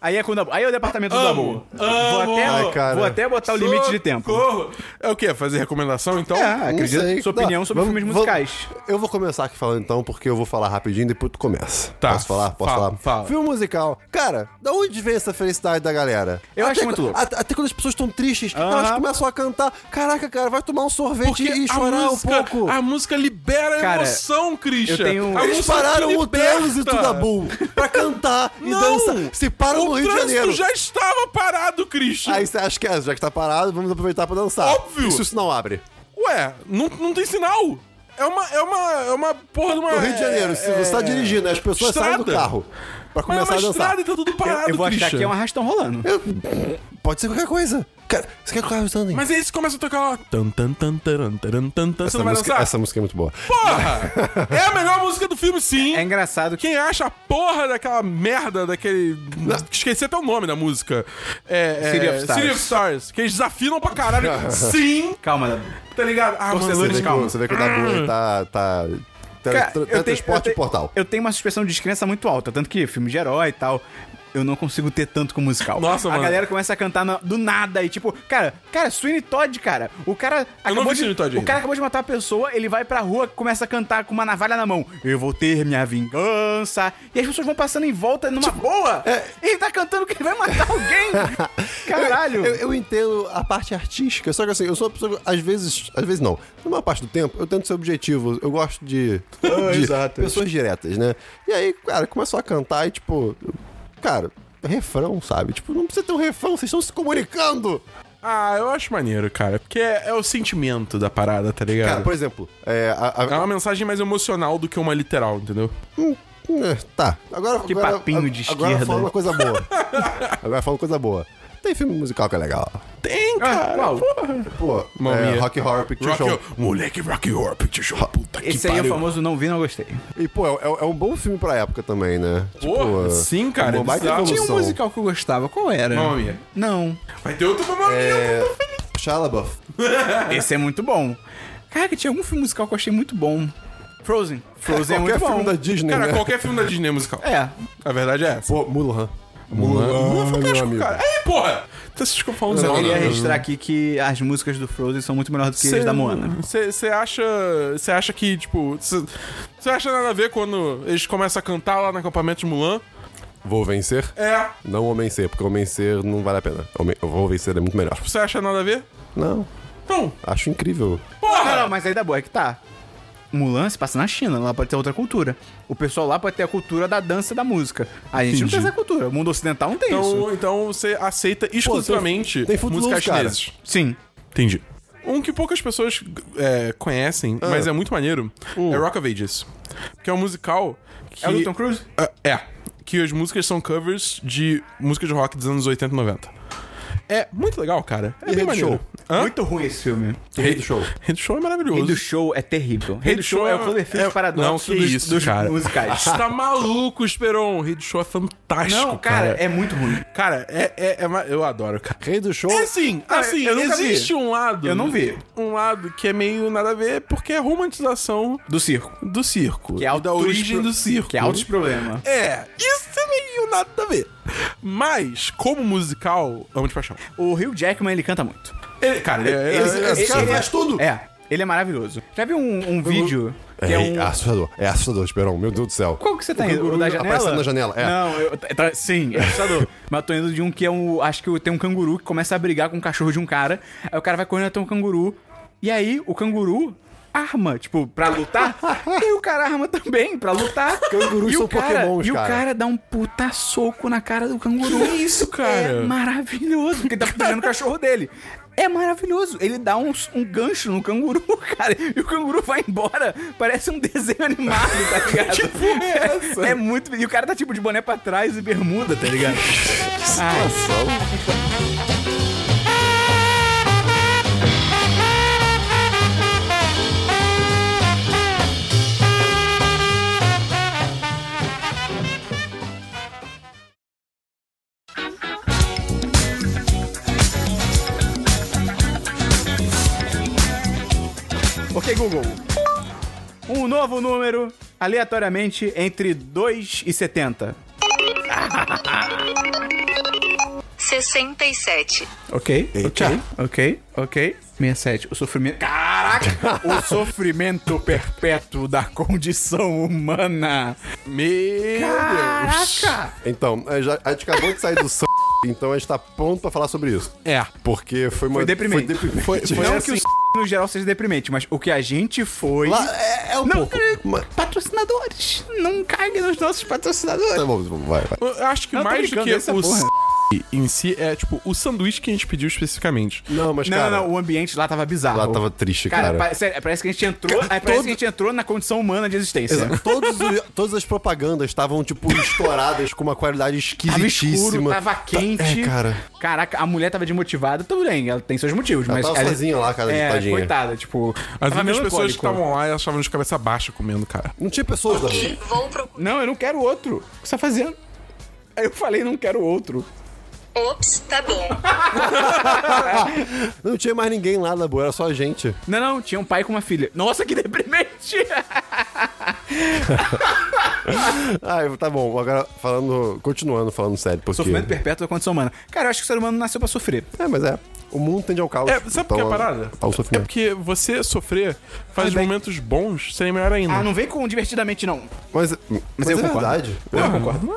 Speaker 1: Aí é quando. Aí é o departamento do amor.
Speaker 3: Amo.
Speaker 1: Vou,
Speaker 3: Amo.
Speaker 1: até,
Speaker 4: Ai, cara.
Speaker 1: vou até botar o limite de tempo.
Speaker 3: Socorro! É o quê? Fazer recomendação, então?
Speaker 1: É, acredito.
Speaker 4: sei.
Speaker 1: Sua opinião
Speaker 4: Não,
Speaker 1: sobre
Speaker 4: vamos-
Speaker 1: filmes
Speaker 4: vamos-
Speaker 1: musicais.
Speaker 4: Eu vou começar aqui falando então, porque eu vou falar rapidinho e depois tu começa.
Speaker 3: Tá.
Speaker 4: Posso falar? Posso
Speaker 3: Fala,
Speaker 4: falar?
Speaker 3: fala.
Speaker 4: Filme musical. Cara, da onde vem essa felicidade da galera?
Speaker 1: Eu acho
Speaker 4: Até
Speaker 1: muito
Speaker 4: qu-
Speaker 1: louco.
Speaker 4: Até, até quando as pessoas estão tristes, elas
Speaker 1: Aham.
Speaker 4: começam a cantar. Caraca, cara, vai tomar um sorvete
Speaker 3: Porque
Speaker 4: e
Speaker 3: a
Speaker 4: chorar
Speaker 3: música,
Speaker 4: um pouco.
Speaker 3: A música libera a
Speaker 1: Cara,
Speaker 3: emoção, Christian.
Speaker 1: eu tenho- um-
Speaker 3: A
Speaker 4: Eles
Speaker 3: música
Speaker 4: pararam
Speaker 3: te
Speaker 4: o
Speaker 3: liberta.
Speaker 4: trânsito da Bull pra cantar e
Speaker 3: Não!
Speaker 4: dançar. Se param no
Speaker 3: O
Speaker 4: Rio de Janeiro.
Speaker 3: trânsito já estava parado, Christian.
Speaker 4: Aí você acha que é, já que tá parado, vamos aproveitar pra dançar.
Speaker 3: Óbvio.
Speaker 4: Isso, isso não abre.
Speaker 3: Ué, não, não tem sinal. É uma, é uma, é uma porra de uma...
Speaker 4: No Rio de Janeiro, se você tá dirigindo, as pessoas saem
Speaker 3: É,
Speaker 4: do
Speaker 3: Estrada.
Speaker 4: carro
Speaker 3: Mas é
Speaker 4: pra começar
Speaker 3: uma
Speaker 4: a dançar.
Speaker 3: estrada e tá tudo parado,
Speaker 1: Eu, eu vou
Speaker 3: Christian.
Speaker 1: achar que é um arrastão rolando.
Speaker 4: Pode ser qualquer coisa. Cara, você quer que o carro andem?
Speaker 3: Mas aí você começa a tocar lá... Tan, tan, tan, taran, taran, tan, tan. Você não vai
Speaker 4: música,
Speaker 3: dançar?
Speaker 4: essa música é muito boa.
Speaker 3: Porra! é a melhor música do filme, sim.
Speaker 1: É engraçado que.
Speaker 3: Quem acha a porra daquela merda, daquele. Esqueci até o nome da música. É, é,
Speaker 1: City of Stars.
Speaker 3: City of Stars. Que eles desafinam pra caralho. Sim,
Speaker 1: Calma, Dabu.
Speaker 3: tá ligado? Ah, mano,
Speaker 1: Porcelana
Speaker 4: Você vê,
Speaker 1: Lunes,
Speaker 4: que,
Speaker 1: calma. Ah.
Speaker 4: o- você vê que o Dabu tá. tá tele-
Speaker 1: Cara,
Speaker 4: tra-
Speaker 1: eu tenho- eu
Speaker 4: teletransporte
Speaker 1: tenho-
Speaker 4: e portal.
Speaker 1: Eu tenho uma suspensão de descrença muito alta, tanto que filme de herói e tal. Eu não consigo ter tanto com musical.
Speaker 3: Nossa,
Speaker 1: a
Speaker 3: mano.
Speaker 1: galera começa a cantar na- do nada e tipo, cara, cara, Sweeney Todd, cara. O cara
Speaker 3: não
Speaker 1: acabou
Speaker 3: vi
Speaker 1: de
Speaker 3: Sweeney Todd
Speaker 1: O
Speaker 3: ainda.
Speaker 1: cara acabou de matar a pessoa, ele vai pra rua, começa a cantar com uma navalha na mão. Eu vou ter minha vingança. E as pessoas vão passando em volta numa
Speaker 4: Tipo,
Speaker 1: boa.
Speaker 4: é.
Speaker 1: E ele tá cantando que ele vai matar alguém. Caralho.
Speaker 4: Eu, eu entendo a parte artística, só que assim, eu sou uma pessoa que, às vezes, às vezes não. Na maior parte do tempo, eu tento ser objetivo. Eu gosto de,
Speaker 1: Ah,
Speaker 4: de pessoas diretas, né? E aí, cara, começou a cantar e tipo, cara, refrão, sabe? Tipo, não precisa ter um refrão, vocês estão se comunicando.
Speaker 3: Ah, eu acho maneiro, cara. Porque é, é o sentimento da parada, tá ligado?
Speaker 4: Cara, por exemplo, é, a-
Speaker 3: É
Speaker 4: a-
Speaker 3: uma mensagem mais emocional do que uma literal, entendeu?
Speaker 4: É, tá. Agora,
Speaker 1: Que
Speaker 4: agora-
Speaker 1: papinho de esquerda. né?
Speaker 4: Agora fala uma coisa boa. agora fala uma coisa boa. Tem filme musical que é legal.
Speaker 3: Tem,
Speaker 1: Ah,
Speaker 3: cara.
Speaker 4: Pô,
Speaker 3: Mamma
Speaker 4: é,
Speaker 3: Mia.
Speaker 4: Rock Horror Picture
Speaker 3: Rock
Speaker 4: Show.
Speaker 3: Horror- Moleque Rock Horror Picture Show. um Puta
Speaker 1: um- Esse
Speaker 3: que
Speaker 1: aí é o
Speaker 3: pariu.
Speaker 1: famoso não vi, não gostei.
Speaker 4: E, pô, é, é um bom filme pra época também, né?
Speaker 3: Porra,
Speaker 4: é,
Speaker 3: sim, cara,
Speaker 4: Uma baita
Speaker 3: bizarro.
Speaker 1: Tinha
Speaker 4: evolução.
Speaker 1: um musical que eu gostava, qual era?
Speaker 3: Mamma Mia.
Speaker 1: Não.
Speaker 3: Vai ter outro Mamma Mia.
Speaker 4: É, Shia LaBeouf.
Speaker 1: Esse é muito bom. Caraca, tinha algum filme musical que eu achei muito bom. Frozen. Frozen é,
Speaker 4: Qualquer
Speaker 1: muito bom.
Speaker 4: filme da Disney,
Speaker 3: Cara,
Speaker 4: né?
Speaker 3: qualquer filme da Disney é musical.
Speaker 1: É.
Speaker 3: A verdade é essa.
Speaker 4: Pô, Mulan.
Speaker 3: Mulan é
Speaker 4: meu
Speaker 3: fantástico,
Speaker 4: amigo.
Speaker 3: cara. Aí, porra! Tá se desculpando,
Speaker 1: Eu só queria
Speaker 3: Moana.
Speaker 1: registrar aqui que as músicas do Frozen são muito melhores do que as da Moana.
Speaker 3: Você acha. Você acha que, tipo. Você acha nada a ver quando eles começam a cantar lá no acampamento de Mulan?
Speaker 4: Vou vencer?
Speaker 3: É.
Speaker 4: Não Homem Ser, porque Homem Ser não vale a pena. Homem, eu vou vencer, é muito melhor.
Speaker 3: Você acha nada a ver?
Speaker 4: Não,
Speaker 3: Não.
Speaker 4: acho incrível.
Speaker 1: Não,
Speaker 3: Então, Porra!
Speaker 1: não, mas aí da boa é que tá. Mulan se passa na China, lá pode ter outra cultura. O pessoal lá pode ter a cultura da dança e da música. A gente não tem essa cultura. O mundo ocidental não tem isso.
Speaker 3: Então, então você aceita exclusivamente
Speaker 4: tem Footloose,
Speaker 3: músicas
Speaker 4: cara.
Speaker 3: chineses.
Speaker 1: Sim.
Speaker 3: Entendi. Um que poucas pessoas é, conhecem, mas é muito maneiro, é Rock of Ages. Que é um musical que. Ah,
Speaker 1: É o do Tom Cruise?
Speaker 3: É. é. Que as músicas são covers de músicas de rock dos anos 80 e 90. é muito legal, cara. É bem
Speaker 4: E Rei do
Speaker 3: maneiro.
Speaker 4: Show?
Speaker 3: Hã?
Speaker 1: Muito ruim esse filme.
Speaker 4: Rei do show.
Speaker 3: Rei do Show é maravilhoso.
Speaker 1: Rei do Show é terrível. Rei do Show é o Cloverfield
Speaker 3: é-
Speaker 1: paradoxo
Speaker 3: Não, tudo
Speaker 1: dos,
Speaker 3: isso,
Speaker 1: dos
Speaker 3: cara.
Speaker 1: musicais.
Speaker 3: Você tá maluco, Esperon. O Rei do Show é fantástico,
Speaker 1: Não, cara, é muito ruim.
Speaker 3: Cara, é, é- é ma- eu adoro, cara.
Speaker 4: Rei do show.
Speaker 3: É assim, assim,
Speaker 1: eu nunca vi.
Speaker 3: existe um lado.
Speaker 1: Eu não vi.
Speaker 3: Um lado que é meio nada a ver, porque é a romantização
Speaker 1: Do circo.
Speaker 3: do circo.
Speaker 1: Que é
Speaker 3: e
Speaker 1: altos
Speaker 3: da origem
Speaker 1: pro-
Speaker 3: do circo.
Speaker 1: Que é altos problemas.
Speaker 3: É, isso é meio nada a ver. Mas, como musical, amo de paixão. É,
Speaker 1: O Hugh Jackman, ele canta muito.
Speaker 3: Ele- cara, ele, ele-
Speaker 4: Esse, esse cara
Speaker 1: ele-
Speaker 4: faz tudo.
Speaker 1: É, ele é maravilhoso. Já viu um, um vídeo que é um...
Speaker 4: assustador. É assustador, Esperão. Meu Deus do céu.
Speaker 1: Qual que você tá indo? O da janela?
Speaker 4: Aparecendo na janela, é.
Speaker 1: Não, eu, tá- sim, é assustador. Mas eu tô indo de um que é um... Acho que eu- tem um canguru que começa a brigar com o cachorro de um cara. Aí o cara vai correndo até um canguru. E aí o canguru arma, tipo, pra lutar. e o cara arma também pra lutar.
Speaker 4: Cangurus
Speaker 1: E o
Speaker 4: são pokémons,
Speaker 1: E o
Speaker 4: cara.
Speaker 1: cara dá um puta soco na cara do canguru. Que isso,
Speaker 3: cara?
Speaker 1: É maravilhoso, porque ele tá protegendo o cachorro dele. É maravilhoso. Ele dá um, um gancho no canguru, cara. E o canguru vai embora. Parece um desenho animado, tá ligado? que porra é essa? É muito... E o cara tá tipo de boné pra trás e bermuda, tá ligado? Ah, Ah, ok, Google. Um novo número, aleatoriamente, entre 2 e 70.
Speaker 7: 67.
Speaker 1: Ok, ok, ok, ok. 67. O sofrimento. Caraca! o sofrimento perpétuo da condição humana.
Speaker 3: Meu Deus.
Speaker 4: Então, é, já- a gente acabou de sair do s... Então a gente tá pronto pra falar sobre isso.
Speaker 3: É.
Speaker 4: Porque foi uma...
Speaker 1: Foi deprimente.
Speaker 4: Foi deprimente.
Speaker 1: Foi assim. não que o s- no geral seja deprimente, mas o que a gente foi.
Speaker 4: Lá é, é um
Speaker 1: não,
Speaker 4: pouco.
Speaker 1: cara,
Speaker 4: Mas-
Speaker 1: patrocinadores. Não cague nos nossos patrocinadores.
Speaker 4: Tá bom, vai, vai.
Speaker 3: Eu acho que
Speaker 1: Não, tô
Speaker 3: mais do
Speaker 1: brincando,
Speaker 3: que
Speaker 1: essa
Speaker 3: o
Speaker 1: porra.
Speaker 3: s... em si é, tipo, o sanduíche que a gente pediu especificamente.
Speaker 4: Não, mas
Speaker 1: Não,
Speaker 4: cara...
Speaker 1: não, o ambiente lá tava bizarro.
Speaker 4: Lá tava triste, cara.
Speaker 1: pa- sério, parece que a gente entrou. aí parece que a gente entrou na condição humana de existência.
Speaker 4: Exato. Todos os- todas as propagandas estavam, tipo, estouradas com uma qualidade
Speaker 1: Tava escuro,
Speaker 4: esquisitíssima.
Speaker 1: tava quente.
Speaker 4: É, cara.
Speaker 1: Caraca, a mulher tava desmotivada. Tudo bem, ela tem seus motivos,
Speaker 4: Ela
Speaker 1: mas.
Speaker 4: tava sozinha lá, cara,
Speaker 1: é,
Speaker 4: tadinha.
Speaker 1: coitada, tipo.
Speaker 3: As
Speaker 1: tava
Speaker 3: únicas pessoas que
Speaker 1: melancólico.
Speaker 3: estavam lá elas estavam de cabeça baixa comendo, cara.
Speaker 4: Não tinha pessoas da
Speaker 7: E vou procurar.
Speaker 1: Não, eu não quero outro. O que você tá fazendo? Aí eu falei, não quero outro.
Speaker 7: Ops, tá bom.
Speaker 4: Não tinha mais ninguém lá na boa, era só a gente.
Speaker 1: Não, não, tinha um pai com uma filha. Nossa, que deprimente!
Speaker 4: Ah, tá bom. Agora, falando... Continuando falando sério, porque...
Speaker 1: Sofrimento perpétuo da condição humana. Cara, eu acho que o ser humano nasceu pra sofrer.
Speaker 4: É, mas é. O mundo tende ao caos. Então,
Speaker 3: É, sabe por que é a parada?
Speaker 4: Ao
Speaker 3: É
Speaker 4: sofrimento.
Speaker 3: porque você sofrer faz os
Speaker 1: bem.
Speaker 3: momentos bons serem melhor ainda.
Speaker 1: Ah, não vem com divertidamente, não.
Speaker 4: Mas, mas é
Speaker 1: eu concordo.
Speaker 4: verdade.
Speaker 3: eu concordo.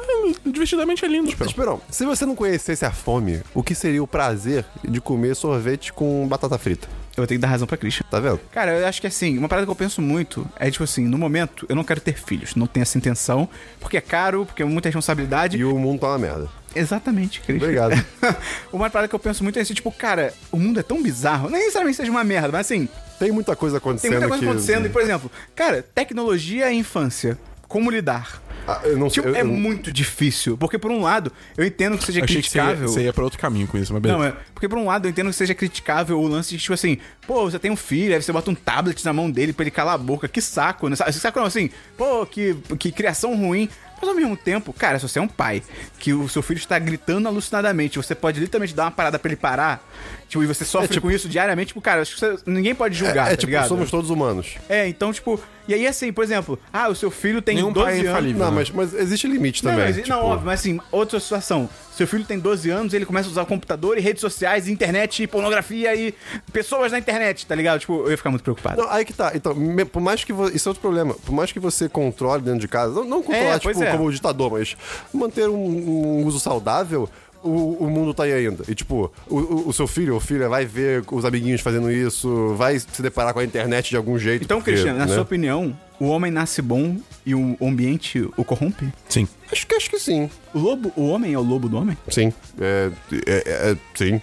Speaker 3: Divertidamente é lindo, Esperão.
Speaker 4: Esperão, se você não conhecesse a fome, o que seria o prazer de comer sorvete com batata frita?
Speaker 1: Eu vou ter que dar razão pra Christian.
Speaker 4: Tá vendo?
Speaker 1: Cara, eu acho que assim, uma parada que eu penso muito é tipo assim, no momento eu não quero ter filhos, não tenho essa intenção, porque é caro, porque é muita responsabilidade.
Speaker 4: E o mundo tá uma merda.
Speaker 1: Exatamente, Christian.
Speaker 4: Obrigado.
Speaker 1: uma parada que eu penso muito é assim, tipo, cara, o mundo é tão bizarro, nem necessariamente seja uma merda, mas assim,
Speaker 4: Tem muita coisa
Speaker 1: Tem
Speaker 4: acontecendo
Speaker 1: muita coisa
Speaker 4: que- é.
Speaker 1: acontecendo. E, por exemplo, cara, tecnologia e infância. Como lidar?
Speaker 4: Ah, eu não sei.
Speaker 1: Tipo,
Speaker 4: eu-
Speaker 1: é
Speaker 4: eu-
Speaker 1: muito difícil. Porque, por um lado, eu entendo que seja
Speaker 3: Achei que você ia,
Speaker 1: criticável.
Speaker 3: você ia pra outro caminho com isso, mas beleza.
Speaker 1: Não, é. Porque, por um lado, eu entendo que seja criticável o lance de, tipo assim, pô, você tem um filho, aí você bota um tablet na mão dele pra ele calar a boca. Que saco, né? Sa- Saco não, assim, pô, que, que criação ruim. Mas ao mesmo tempo, cara, se você é um pai que o seu filho está gritando alucinadamente, você pode literalmente dar uma parada pra ele parar, tipo, e você sofre com isso diariamente, tipo, cara, acho que você- ninguém pode
Speaker 4: É,
Speaker 1: julgar,
Speaker 4: é
Speaker 1: tá
Speaker 4: tipo,
Speaker 1: ligado?
Speaker 4: somos todos humanos.
Speaker 1: É, então, tipo. E aí, assim, por exemplo, ah, o seu filho tem
Speaker 3: Nenhum pai é
Speaker 1: 12 anos.
Speaker 3: infalível.
Speaker 4: Não, mas, mas existe limite
Speaker 1: né? Não,
Speaker 4: também.
Speaker 1: mas-
Speaker 4: tipo,
Speaker 1: não, óbvio, mas assim, outra situação. Seu filho tem 12 anos, ele começa a usar computador e redes sociais, e internet, e pornografia e pessoas na internet, tá ligado? Tipo, eu ia ficar muito preocupado.
Speaker 4: Não, aí que tá. Então, me- por mais que vo... isso é outro problema. Por mais que você controle dentro de casa, não, não controlar
Speaker 1: É, pois
Speaker 4: tipo
Speaker 1: é.
Speaker 4: como ditador, mas manter um, um uso saudável. O, o mundo tá aí ainda. E, tipo, o, o- o seu filho ou filha vai ver os amiguinhos fazendo isso, vai se deparar com a internet de algum jeito.
Speaker 1: então,
Speaker 4: porque,
Speaker 1: Cristiano, na
Speaker 4: né?
Speaker 1: sua opinião, o homem nasce bom e o ambiente o corrompe?
Speaker 3: Sim.
Speaker 4: Acho que, acho que sim.
Speaker 1: O lobo, o homem é o lobo do homem?
Speaker 4: Sim. É, é- é- sim.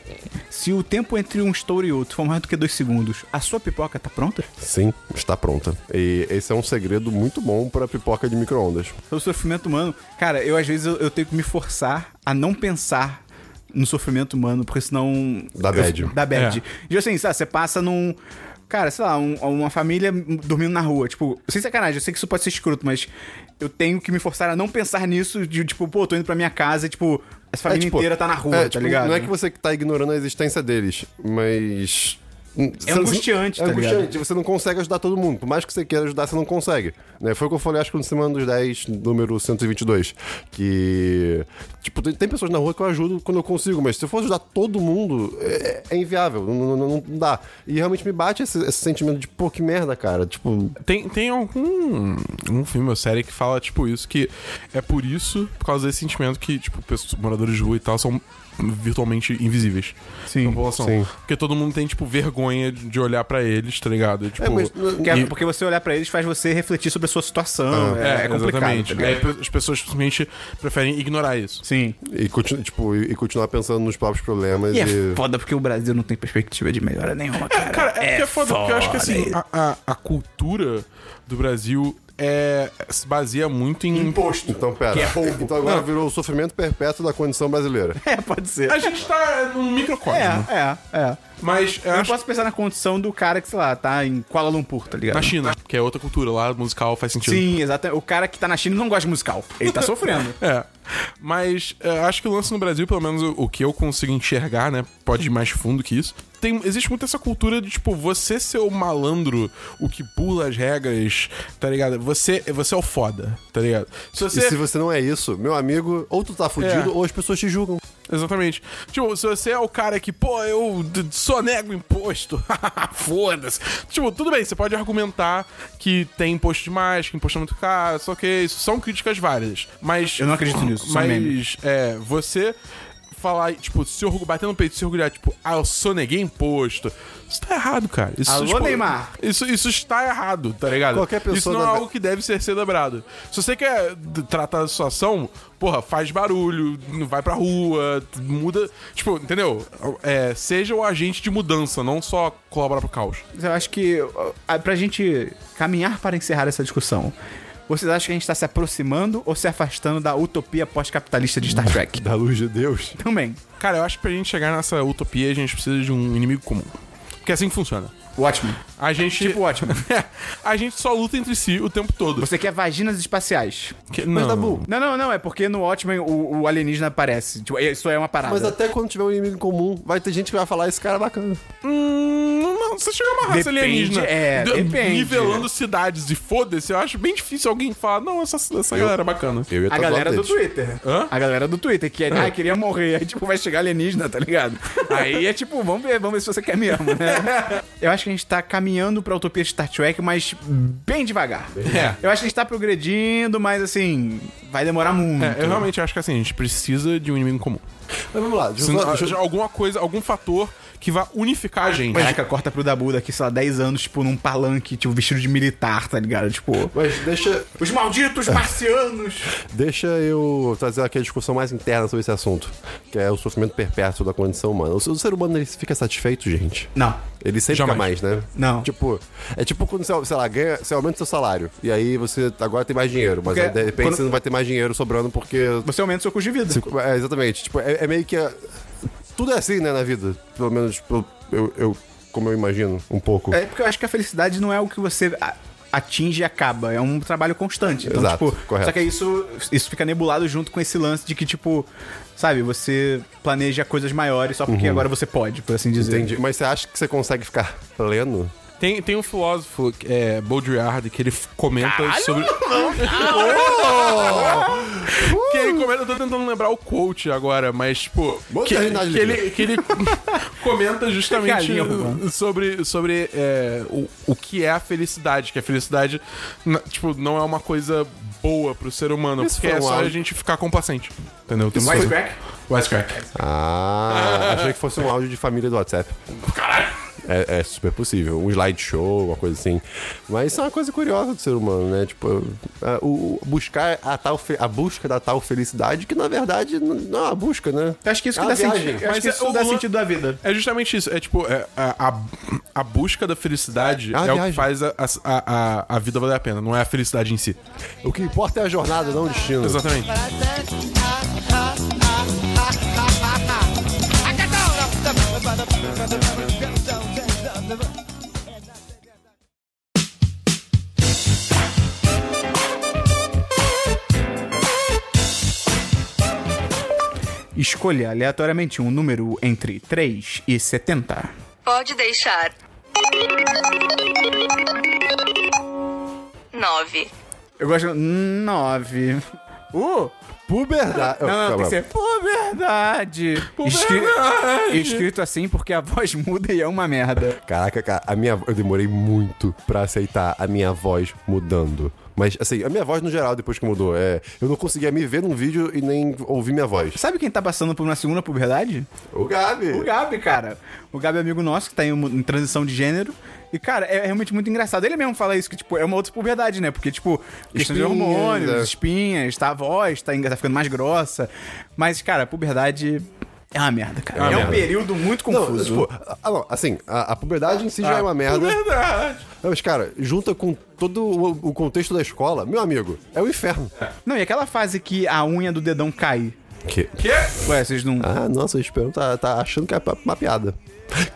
Speaker 1: Se o tempo entre um estouro e outro for mais do que dois segundos, a sua pipoca tá pronta?
Speaker 4: Sim, está pronta. E esse é um segredo muito bom pra pipoca de micro-ondas.
Speaker 1: O sofrimento humano, cara, eu às vezes eu, eu tenho que me forçar a não pensar no sofrimento humano, porque senão.
Speaker 4: Dá bad.
Speaker 1: Dá bad. E assim, sabe, você passa num. Cara, sei lá, um- uma família dormindo na rua. Tipo, sem sacanagem, eu sei que isso pode ser escroto, mas eu tenho que me forçar a não pensar nisso de, tipo, pô, tô indo pra minha casa e, tipo, essa família
Speaker 4: tipo,
Speaker 1: inteira tá na rua,
Speaker 4: é,
Speaker 1: tá
Speaker 4: tipo,
Speaker 1: ligado?
Speaker 4: Não é que você tá ignorando a existência deles, mas. É
Speaker 1: angustiante,
Speaker 4: é
Speaker 1: tá
Speaker 4: angustiante.
Speaker 1: ligado?
Speaker 4: Você não consegue ajudar todo mundo. Por mais que você queira ajudar, você não consegue. né? Foi o que eu falei, acho que no Semana dos 10, número 122. Que. Tipo, tem, tem pessoas na rua que eu ajudo quando eu consigo, mas se eu for ajudar todo mundo, é, é inviável. Não, não- não- não dá. E realmente me bate esse, esse sentimento de, pô, que merda, cara. Tipo,
Speaker 3: Tem, tem algum um filme ou série que fala, tipo, isso, que é por isso, por causa desse sentimento que, tipo, pessoas, moradores de rua e tal são virtualmente invisíveis. Então, Sim. Na população.
Speaker 4: sim.
Speaker 3: Porque todo mundo tem, tipo, vergonha de de olhar pra eles, tá ligado?
Speaker 1: É,
Speaker 3: E, Tipo,
Speaker 4: mas-
Speaker 1: Porque,
Speaker 3: e-
Speaker 1: porque você olhar pra eles faz você refletir sobre a sua
Speaker 4: Ah,
Speaker 1: situação. é, é complicado.
Speaker 3: exatamente.
Speaker 1: tá ligado?
Speaker 3: Aí pe- as pessoas simplesmente preferem ignorar isso.
Speaker 1: Sim.
Speaker 4: e, continu, tipo, e, e continuar pensando nos próprios problemas.
Speaker 1: E
Speaker 4: E,
Speaker 1: é foda porque o Brasil não tem perspectiva de melhora nenhuma, cara.
Speaker 3: Cara, é, porque é foda, porque eu acho que assim, a, a- a cultura do Brasil é, se baseia muito em.
Speaker 4: Imposto. Então, pera. Então agora virou o sofrimento perpétuo da condição brasileira.
Speaker 1: É, pode ser.
Speaker 3: A gente tá num microcosmo.
Speaker 1: É, é, é.
Speaker 3: Mas eu
Speaker 1: Eu não
Speaker 3: acho
Speaker 1: posso pensar na condição do cara que, sei lá, tá em Kuala Lumpur, tá ligado?
Speaker 3: Na China, que é outra cultura, lá musical faz sentido.
Speaker 1: Sim, exatamente. O cara que tá na China não gosta de musical. Ele tá sofrendo.
Speaker 3: É. Mas é, acho que o lance no Brasil, pelo menos o, o que eu consigo enxergar, né? Pode ir mais fundo que isso. Tem, existe muito essa cultura de, tipo, você ser o malandro, o que pula as regras, tá ligado? Você, você é o foda, tá ligado? Se você,
Speaker 4: E se você não é isso, meu amigo, ou tu tá fudido,
Speaker 3: É.
Speaker 4: ou as pessoas te julgam.
Speaker 3: Exatamente. Tipo, se você é o cara que, pô, eu d- só nego imposto, foda-se. Tipo, tudo bem, você pode argumentar que tem imposto demais, que imposto é muito caro, só que isso são críticas válidas. Mas.
Speaker 1: Eu não acredito nisso, são memes.
Speaker 3: Mas, é, você falar, tipo, se orgulho, bater no peito, se orgulhar, tipo, ah, eu soneguei imposto. Isso tá errado, cara. Isso,
Speaker 1: Alô,
Speaker 3: tipo,
Speaker 1: Neymar.
Speaker 3: Isso, isso está errado, tá ligado?
Speaker 4: Qualquer pessoa
Speaker 3: isso não é
Speaker 4: da-
Speaker 3: algo que deve ser celebrado. Se você quer d- tratar a situação, porra, faz barulho, n- vai pra rua, t- muda. Tipo, entendeu? É, seja o agente de mudança, não só colaborar pro caos.
Speaker 1: Mas Eu acho que ó, a- pra gente caminhar para encerrar essa discussão, vocês acham que a gente tá se aproximando ou se afastando da utopia pós-capitalista de Star Trek?
Speaker 4: Da luz de Deus.
Speaker 1: Também.
Speaker 3: Cara, eu acho que pra gente chegar nessa utopia, a gente precisa de um inimigo comum. Porque é assim que funciona.
Speaker 1: Ótimo.
Speaker 3: A gente. É,
Speaker 1: Tipo ótimo.
Speaker 3: a gente só luta entre si o tempo todo.
Speaker 1: Você quer vaginas espaciais.
Speaker 3: Que- não.
Speaker 1: Não, não, não. É porque no Watchmen o, o alienígena aparece. Tipo, isso é uma parada.
Speaker 4: Mas até quando tiver um inimigo comum, vai ter gente que vai falar, esse cara é bacana.
Speaker 3: Hum, não, você chega uma raça
Speaker 1: Depende,
Speaker 3: alienígena.
Speaker 1: é, depende.
Speaker 3: Nivelando cidades e foda-se, eu acho bem difícil alguém falar, não, essa, essa galera é bacana.
Speaker 4: Eu ia
Speaker 1: A galera do Twitter.
Speaker 3: Hã?
Speaker 1: A galera do Twitter, que é, ah, queria morrer. Aí, tipo, vai chegar alienígena, tá ligado? Aí é tipo, vamos ver, vamos ver se você quer mesmo, né? Eu acho que a gente tá caminhando pra utopia de Star Trek, mas bem devagar.
Speaker 3: É.
Speaker 1: Eu acho que a gente tá progredindo, mas assim, vai demorar muito.
Speaker 3: É, eu realmente acho que assim, a gente precisa de um inimigo comum.
Speaker 4: Mas vamos lá, deixa
Speaker 3: Se
Speaker 4: eu
Speaker 3: não-
Speaker 4: só- deixa
Speaker 3: já
Speaker 4: eu-
Speaker 3: alguma coisa, algum fator que vá unificar a gente.
Speaker 1: Caraca, corta pro Dabu daqui, sei lá, 10 anos, tipo, num palanque, tipo, vestido de militar, tá ligado? Tipo,
Speaker 4: Mas deixa,
Speaker 1: os malditos marcianos!
Speaker 4: deixa eu trazer aqui a discussão mais interna sobre esse assunto, que é o sofrimento perpétuo da condição humana. O, o ser humano ele fica satisfeito, gente.
Speaker 1: Não.
Speaker 4: Ele sempre
Speaker 3: Jamais.
Speaker 4: fica mais, né?
Speaker 1: Não.
Speaker 4: Tipo, é tipo quando você, sei lá, ganha, você aumenta o seu salário. E aí você agora tem mais dinheiro, mas
Speaker 1: Porque
Speaker 4: aí, de repente
Speaker 1: quando-
Speaker 4: você não vai ter mais dinheiro sobrando porque
Speaker 1: Você aumenta o seu custo de vida.
Speaker 4: É, exatamente. Tipo, é, é meio que. a- Tudo é assim, né, na vida. Pelo menos pelo- eu, eu- como eu imagino, um pouco.
Speaker 1: É porque eu acho que a felicidade não é o que você a- atinge e acaba. É um trabalho constante. Então,
Speaker 4: Exato,
Speaker 1: tipo,
Speaker 4: correto.
Speaker 1: Só que isso, isso fica nebulado junto com esse lance de que, tipo, sabe, você planeja coisas maiores só porque agora você pode, por assim dizer.
Speaker 4: Uhum. Entendi. Mas você acha que você consegue ficar pleno?
Speaker 3: Tem, tem um filósofo, é, Baudrillard, que ele f- comenta sobre.
Speaker 4: Uh!
Speaker 3: que ele comenta, eu tô tentando lembrar o quote agora, mas, tipo.
Speaker 4: Bota
Speaker 3: que,
Speaker 4: a realidade
Speaker 3: que
Speaker 4: livre.
Speaker 3: ele, que ele comenta justamente
Speaker 1: Galinha roubando.
Speaker 3: sobre, sobre é, o, o que é a felicidade. Que a felicidade, na- tipo, não é uma coisa boa pro ser humano,
Speaker 4: Isso
Speaker 3: porque
Speaker 4: foi
Speaker 3: é
Speaker 4: um
Speaker 3: só
Speaker 4: áudio.
Speaker 3: a gente ficar complacente. Entendeu? Tem
Speaker 1: Mas, Crack,
Speaker 3: Wisecrack.
Speaker 4: Ah, achei que fosse um áudio de família do WhatsApp. Caralho! É, é super possível. Um slideshow, uma coisa assim. Mas isso é uma coisa curiosa do ser humano, né? Tipo, é, o, o buscar a, tal fe- a busca da tal felicidade, que na verdade n- não é uma busca, né?
Speaker 1: eu acho que isso
Speaker 4: É
Speaker 1: que
Speaker 4: uma
Speaker 1: dá
Speaker 4: viagem.
Speaker 1: sentido. Eu acho
Speaker 3: Mas
Speaker 1: que isso
Speaker 3: é- o
Speaker 1: dá
Speaker 3: lan-
Speaker 1: sentido da vida.
Speaker 3: É justamente isso. É tipo, é, a, a, a busca da felicidade
Speaker 4: É
Speaker 3: é,
Speaker 4: uma
Speaker 3: o que
Speaker 4: viagem.
Speaker 3: faz a, a- a, a vida valer a pena, não é a felicidade em si.
Speaker 4: O que importa é a jornada, não o destino.
Speaker 3: Exatamente.
Speaker 1: Escolha aleatoriamente um número entre 3 e 70.
Speaker 7: Pode deixar. Nove.
Speaker 1: Eu gosto. 9. Uh!
Speaker 4: Puberdade.
Speaker 1: Não, não, tem
Speaker 4: Calma.
Speaker 1: que ser puberdade. Escri- Escrito assim porque a voz muda e é uma merda.
Speaker 4: Caraca, cara, a minha, eu demorei muito pra aceitar a minha voz mudando. Mas, assim, a minha voz no geral, depois que mudou, é. Eu não conseguia me ver num vídeo e nem ouvir minha voz.
Speaker 1: Sabe quem tá passando por uma segunda puberdade?
Speaker 4: O Gabi!
Speaker 1: O Gabi, cara. O Gabi é amigo nosso que tá em, uma- em transição de gênero. E, cara, é realmente muito engraçado. Ele mesmo fala isso, que, tipo, é uma outra puberdade, né? Porque, tipo, questão de
Speaker 4: Espinhas,
Speaker 1: hormônios,
Speaker 4: é.
Speaker 1: espinhas, tá a voz, tá, enga- tá ficando mais grossa. Mas, cara, a puberdade é uma merda, cara. É, um
Speaker 4: merda.
Speaker 1: período muito
Speaker 4: Não,
Speaker 1: confuso. Ah,
Speaker 4: tipo, ah, não, assim, a, a puberdade em si já é uma merda.
Speaker 3: Verdade.
Speaker 4: Não, Mas, cara, junta com todo o, o contexto da escola, meu amigo, é o inferno.
Speaker 1: Não, e aquela fase que a unha do dedão cai.
Speaker 4: Que-
Speaker 1: Ué, vocês não.
Speaker 4: Ah, nossa, o Esperão tá, tá achando que é pa- uma piada.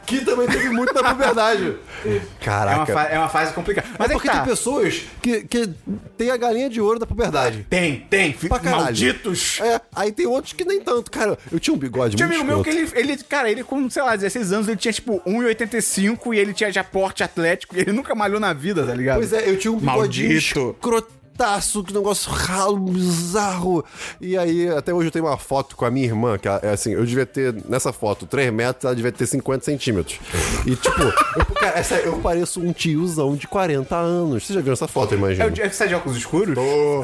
Speaker 4: Que também teve muito na puberdade.
Speaker 1: É uma,
Speaker 4: Caraca.
Speaker 1: fa- é uma fase complicada. Mas
Speaker 4: É
Speaker 1: é, que
Speaker 4: porque
Speaker 1: tá.
Speaker 4: tem pessoas que, que tem a galinha de ouro da puberdade.
Speaker 1: Tem, tem. fi-
Speaker 4: Pra caralho.
Speaker 1: Malditos.
Speaker 4: É, aí tem outros que nem tanto. Cara, eu tinha um bigode
Speaker 1: Tinha um
Speaker 4: muito
Speaker 1: amigo meu que
Speaker 4: escroto.
Speaker 1: ele, ele, cara, ele com, sei lá, 16 anos, ele tinha tipo 1,85 e ele tinha já porte atlético e ele nunca malhou na vida, tá ligado?
Speaker 4: Pois é, eu tinha um bigode
Speaker 1: Maldito.
Speaker 4: escrotaço, que negócio ralo, bizarro. E aí, até hoje eu tenho uma foto com a minha irmã, que ela- é assim, eu devia ter, nessa foto, 3 metros, ela devia ter 50 centímetros. E tipo, eu, cara, essa, eu pareço um tiozão de 40 anos. Vocês já viram essa foto,
Speaker 1: É
Speaker 4: imagina?
Speaker 1: o dia que sai de óculos escuros?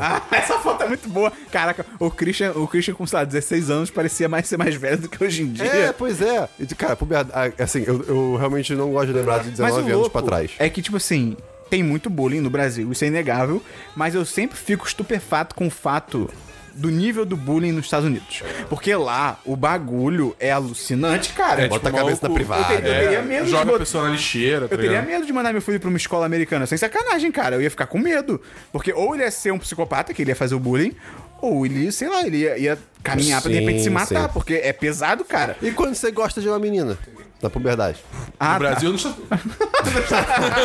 Speaker 1: Ah, essa foto é muito boa. Caraca, o Christian, o Christian com, sei lá, 16 anos parecia mais ser mais velho do que hoje em dia.
Speaker 4: É, pois é. E, Cara, puberdade, assim, eu, eu realmente não gosto de lembrar de
Speaker 1: Mas
Speaker 4: 19
Speaker 1: o
Speaker 4: anos
Speaker 1: louco
Speaker 4: pra trás.
Speaker 1: É que, tipo assim, tem muito bullying no Brasil, isso é inegável, mas eu sempre fico estupefato com o fato do nível do bullying nos Estados Unidos. Porque lá o bagulho é alucinante, cara.
Speaker 4: É,
Speaker 1: Tipo,
Speaker 4: Bota a cabeça na
Speaker 3: maluco,
Speaker 4: privada. né?
Speaker 1: eu teria- teria medo de
Speaker 3: É, joga
Speaker 1: bot-
Speaker 3: a pessoa na lixeira, tá
Speaker 1: Eu teria
Speaker 3: ligado?
Speaker 1: medo de mandar meu filho pra uma escola americana, sem sacanagem, cara. Eu ia ficar com medo. Porque ou ele ia ser um psicopata, que ele ia fazer o bullying, ou ele, sei lá, ele ia, ia caminhar pra de
Speaker 4: Sim,
Speaker 1: repente se matar,
Speaker 4: sim.
Speaker 1: porque é pesado, cara.
Speaker 4: E quando você gosta de uma menina? Na puberdade.
Speaker 1: Ah,
Speaker 3: No
Speaker 1: tá.
Speaker 3: Brasil, não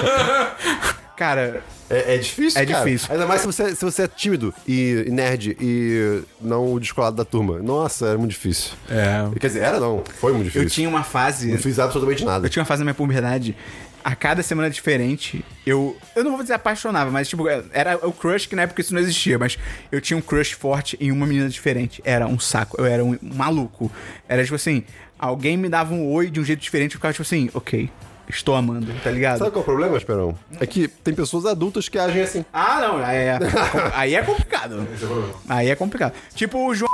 Speaker 1: Cara,
Speaker 4: É, é difícil,
Speaker 1: É
Speaker 4: cara.
Speaker 1: difícil.
Speaker 4: Ainda mais se você, se você é tímido e nerd e não o descolado da turma. Nossa, era muito difícil.
Speaker 3: É.
Speaker 4: Quer dizer, era não. Foi muito difícil.
Speaker 1: eu tinha uma fase.
Speaker 4: Não fiz absolutamente nada.
Speaker 1: Eu tinha uma fase na minha puberdade. A cada semana diferente, eu. Eu não vou dizer apaixonava, mas tipo, era o crush que na época isso não existia, mas eu tinha um crush forte em uma menina diferente. Era um saco, eu era um maluco. Era tipo assim, alguém me dava um oi de um jeito diferente, eu ficava tipo assim, ok, estou amando, tá ligado?
Speaker 4: Sabe qual é o problema, Esperão? É que tem pessoas adultas que agem assim.
Speaker 1: Ah, não, aí é, aí é complicado. Aí é complicado. Tipo o João.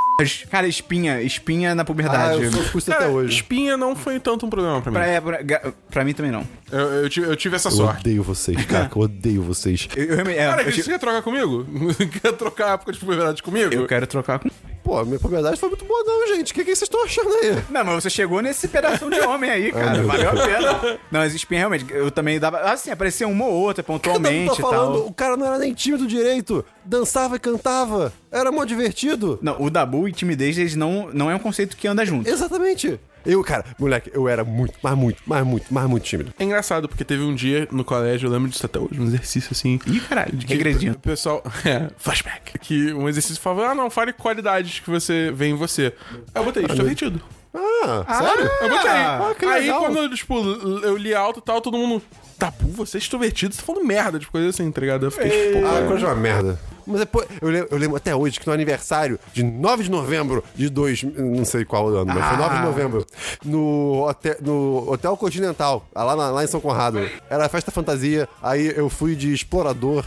Speaker 1: Cara, espinha, espinha na
Speaker 4: Ah,
Speaker 1: puberdade.
Speaker 4: eu sou custo
Speaker 1: É,
Speaker 3: Cara,
Speaker 4: até
Speaker 1: tipo,
Speaker 4: hoje.
Speaker 3: espinha não foi tanto um problema pra mim.
Speaker 1: pra, é, pra, ga- pra mim também não.
Speaker 3: Eu, eu tive, eu tive essa
Speaker 4: Eu
Speaker 3: sorte.
Speaker 4: odeio vocês, cara. que Eu odeio vocês.
Speaker 1: Eu, eu, realmente- é,
Speaker 3: Cara,
Speaker 1: eu
Speaker 3: você
Speaker 1: che-
Speaker 3: quer trocar comigo? quer trocar a época de puberdade comigo?
Speaker 1: eu quero trocar com
Speaker 4: Pô, a minha puberdade foi muito boa, não, gente. O que, que vocês estão achando aí?
Speaker 1: Não, mas você chegou nesse pedaço de homem aí, cara. Valeu a pena. Não, as espinhas realmente, eu também dava. Assim, aparecia uma ou outra pontualmente e tal.
Speaker 4: o cara não era nem tímido direito. Dançava e cantava. Era mó divertido.
Speaker 1: Não, o Dabu e timidez, eles não, não é um conceito que anda junto.
Speaker 4: Exatamente. Eu, cara, moleque, eu era muito, mas muito, mas muito, mas muito tímido.
Speaker 3: É engraçado, porque teve um dia no colégio, eu lembro disso até hoje, um exercício assim.
Speaker 1: Ih, caralho,
Speaker 3: que
Speaker 1: regredindo.
Speaker 3: O pessoal. É, flashback. Que um exercício falava, ah, não, fale qualidades que você vê em você. Aí eu botei, estou retido.
Speaker 4: Ah, sério?
Speaker 3: Eu botei.
Speaker 4: Ah, que
Speaker 3: aí
Speaker 4: legal.
Speaker 3: quando eu, tipo, l- eu li alto e tal, todo mundo. Tabu, você é extrovertido, você tá falando merda, tipo, coisa assim, tá ligado? Eu fiquei, tipo, pô,
Speaker 4: Ah, coisa de uma merda. Mas depois, eu lembro, eu lembro até hoje que no aniversário de 9 de novembro de 2, não sei qual ano, mas foi
Speaker 3: Ah.
Speaker 4: 9 de novembro, no hotel, no hotel Continental, lá, na- lá em São Conrado. Era festa fantasia, aí eu fui de explorador,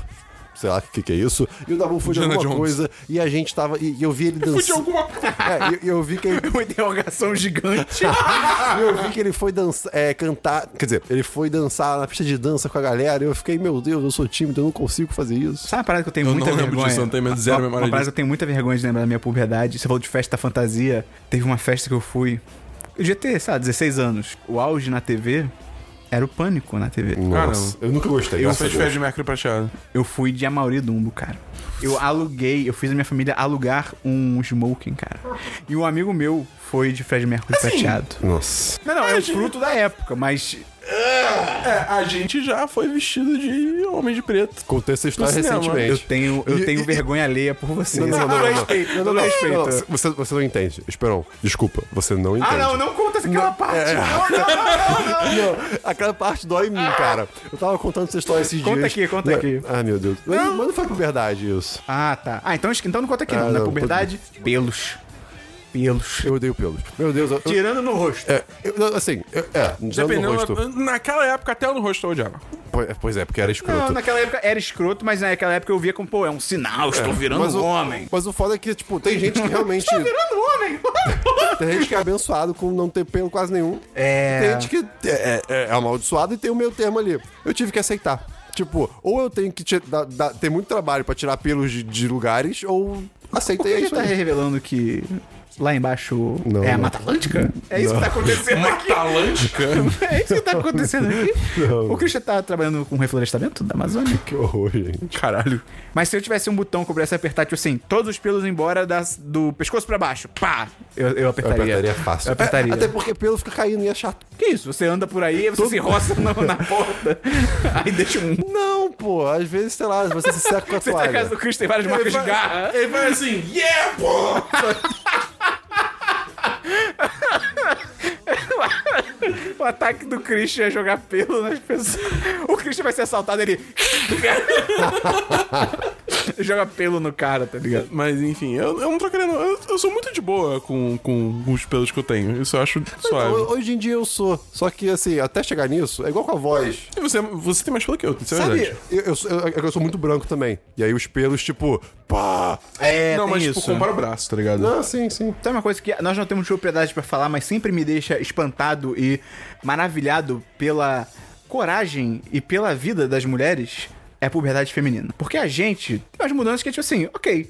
Speaker 4: sei lá o que, que é isso, e o Dabu foi de
Speaker 3: Indiana
Speaker 4: alguma
Speaker 3: Jones.
Speaker 4: coisa, e a gente tava, e, e eu vi ele dançando.
Speaker 3: fui de alguma coisa.
Speaker 4: É, e- e eu vi que ele
Speaker 1: Uma interrogação gigante.
Speaker 4: E eu vi que ele foi dançar, cantar, quer dizer, ele foi dançar na pista de dança com a galera. E eu fiquei, meu Deus, eu sou tímido, eu não consigo fazer isso.
Speaker 1: Sabe uma parada que eu tenho
Speaker 3: Eu
Speaker 1: muita
Speaker 3: não lembro
Speaker 1: vergonha?
Speaker 3: disso, eu não tenho menos zero
Speaker 1: Uma-
Speaker 3: memória
Speaker 1: Uma parada que
Speaker 3: disso.
Speaker 1: eu tenho muita vergonha de lembrar da minha puberdade. Você falou de festa fantasia. Teve uma festa que eu fui. Eu devia ter, sei lá, 16 anos. O auge na TV era o pânico na TV.
Speaker 4: Nossa, eu nunca gostei.
Speaker 3: Eu
Speaker 4: graças
Speaker 3: sou
Speaker 4: a
Speaker 3: de
Speaker 4: Deus.
Speaker 3: festa de Mercury prateado.
Speaker 1: Eu fui de Amauri Dumbo, cara. Eu aluguei, eu fiz a minha família alugar um smoking, cara. E um amigo meu foi de Fred Mercury prateado.
Speaker 4: Nossa.
Speaker 1: Não, não, é o fruto da época, mas
Speaker 3: A gente já foi vestido de homem de preto.
Speaker 4: Contei essa história
Speaker 3: No cinema.
Speaker 1: eu
Speaker 4: recentemente.
Speaker 1: tenho, eu
Speaker 4: E-
Speaker 1: tenho
Speaker 4: e-
Speaker 1: vergonha alheia por você.
Speaker 4: Não, não, não, não, não.
Speaker 1: respeito, eu não, respeito.
Speaker 4: Não, não, você, você não entende. Esperão, desculpa. Você não entende.
Speaker 1: Ah, não, não conta aquela parte. Não, não, não, não, não.
Speaker 4: Não, aquela parte dói em mim, cara. Eu tava contando essa história esses
Speaker 1: Conta
Speaker 4: dias.
Speaker 1: aqui, conta
Speaker 4: Não-
Speaker 1: aqui.
Speaker 4: Ah, meu Deus. Mas, mas não foi por verdade isso.
Speaker 1: Ah, tá. Ah, então, então não conta aqui
Speaker 4: Ah,
Speaker 1: não. Na
Speaker 4: não,
Speaker 1: puberdade, pelos. Pelos.
Speaker 4: Eu odeio pelos. Meu Deus, eu. eu-
Speaker 1: Tirando no rosto.
Speaker 4: é, eu- não, assim, eu- é, já no rosto.
Speaker 3: Dependendo, naquela época até eu no rosto eu odiava.
Speaker 4: Pois- Pois é, porque era escroto.
Speaker 1: Não, naquela época era escroto, mas naquela época eu via como, pô, é um sinal, estou virando
Speaker 4: Mas o,
Speaker 1: homem. Tá
Speaker 4: mas o foda é que, tipo, tem gente que realmente.
Speaker 1: Virando homem?
Speaker 4: tem gente que é abençoado com não ter pelo quase nenhum.
Speaker 1: É.
Speaker 4: Tem gente que é, é, é amaldiçoado e tem o meio termo ali. Eu tive que aceitar. Tipo, ou eu tenho que tirar- dar- dar- ter muito trabalho pra tirar pelos de, de lugares, ou aceita
Speaker 1: Por
Speaker 4: e
Speaker 1: que
Speaker 4: é
Speaker 1: a gente
Speaker 4: isso
Speaker 1: tá
Speaker 4: aí.
Speaker 1: revelando que lá embaixo
Speaker 4: Não,
Speaker 1: é a
Speaker 4: não.
Speaker 1: Mata Atlântica? É isso que tá acontecendo aqui.
Speaker 3: Talântica?
Speaker 1: É isso que tá acontecendo aqui.
Speaker 4: Não.
Speaker 1: O Christian tá trabalhando com reflorestamento da Amazônia.
Speaker 4: Que horror, gente.
Speaker 3: Caralho.
Speaker 1: Mas se eu tivesse um botão que eu pudesse apertar, tipo assim, todos os pelos embora das- do pescoço pra baixo. Pá! Eu, eu apertaria.
Speaker 4: apertaria fácil.
Speaker 1: Eu apertaria.
Speaker 4: É, até porque pelo fica caindo e é chato.
Speaker 1: Que isso? Você anda por aí, aí você se roça na, na porta, aí deixa um...
Speaker 4: Não, pô. Às vezes, sei lá, você se seca com a
Speaker 1: Você tá na casa
Speaker 4: toalha.
Speaker 1: do Chris, tem várias marcas de garra.
Speaker 3: Ele vai assim, yeah, pô!
Speaker 1: O ataque do Christian é jogar pelo nas pessoas. O Christian vai ser assaltado, ele. Joga pelo no cara, tá ligado?
Speaker 3: Mas enfim, eu, eu não tô querendo. Eu, eu sou muito de boa com, com os pelos que eu tenho. Isso eu acho suave.
Speaker 4: Então, hoje em dia eu sou. Só que, assim, até chegar nisso, é igual com a voz.
Speaker 3: E você, você tem mais pelo que eu, isso é
Speaker 4: Sabe,
Speaker 3: verdade.
Speaker 4: eu, eu, sou- é eu- eu sou muito branco também. E aí os pelos, tipo, pá.
Speaker 1: É,
Speaker 3: não, mas tipo, compara o braço, tá ligado?
Speaker 4: Ah, sim, sim.
Speaker 1: Sabe uma coisa que nós não temos propriedade pra falar, mas sempre me deixa espantado e maravilhado pela coragem e pela vida das mulheres? É a puberdade feminina. Porque a gente tem umas mudanças que é tipo assim, ok.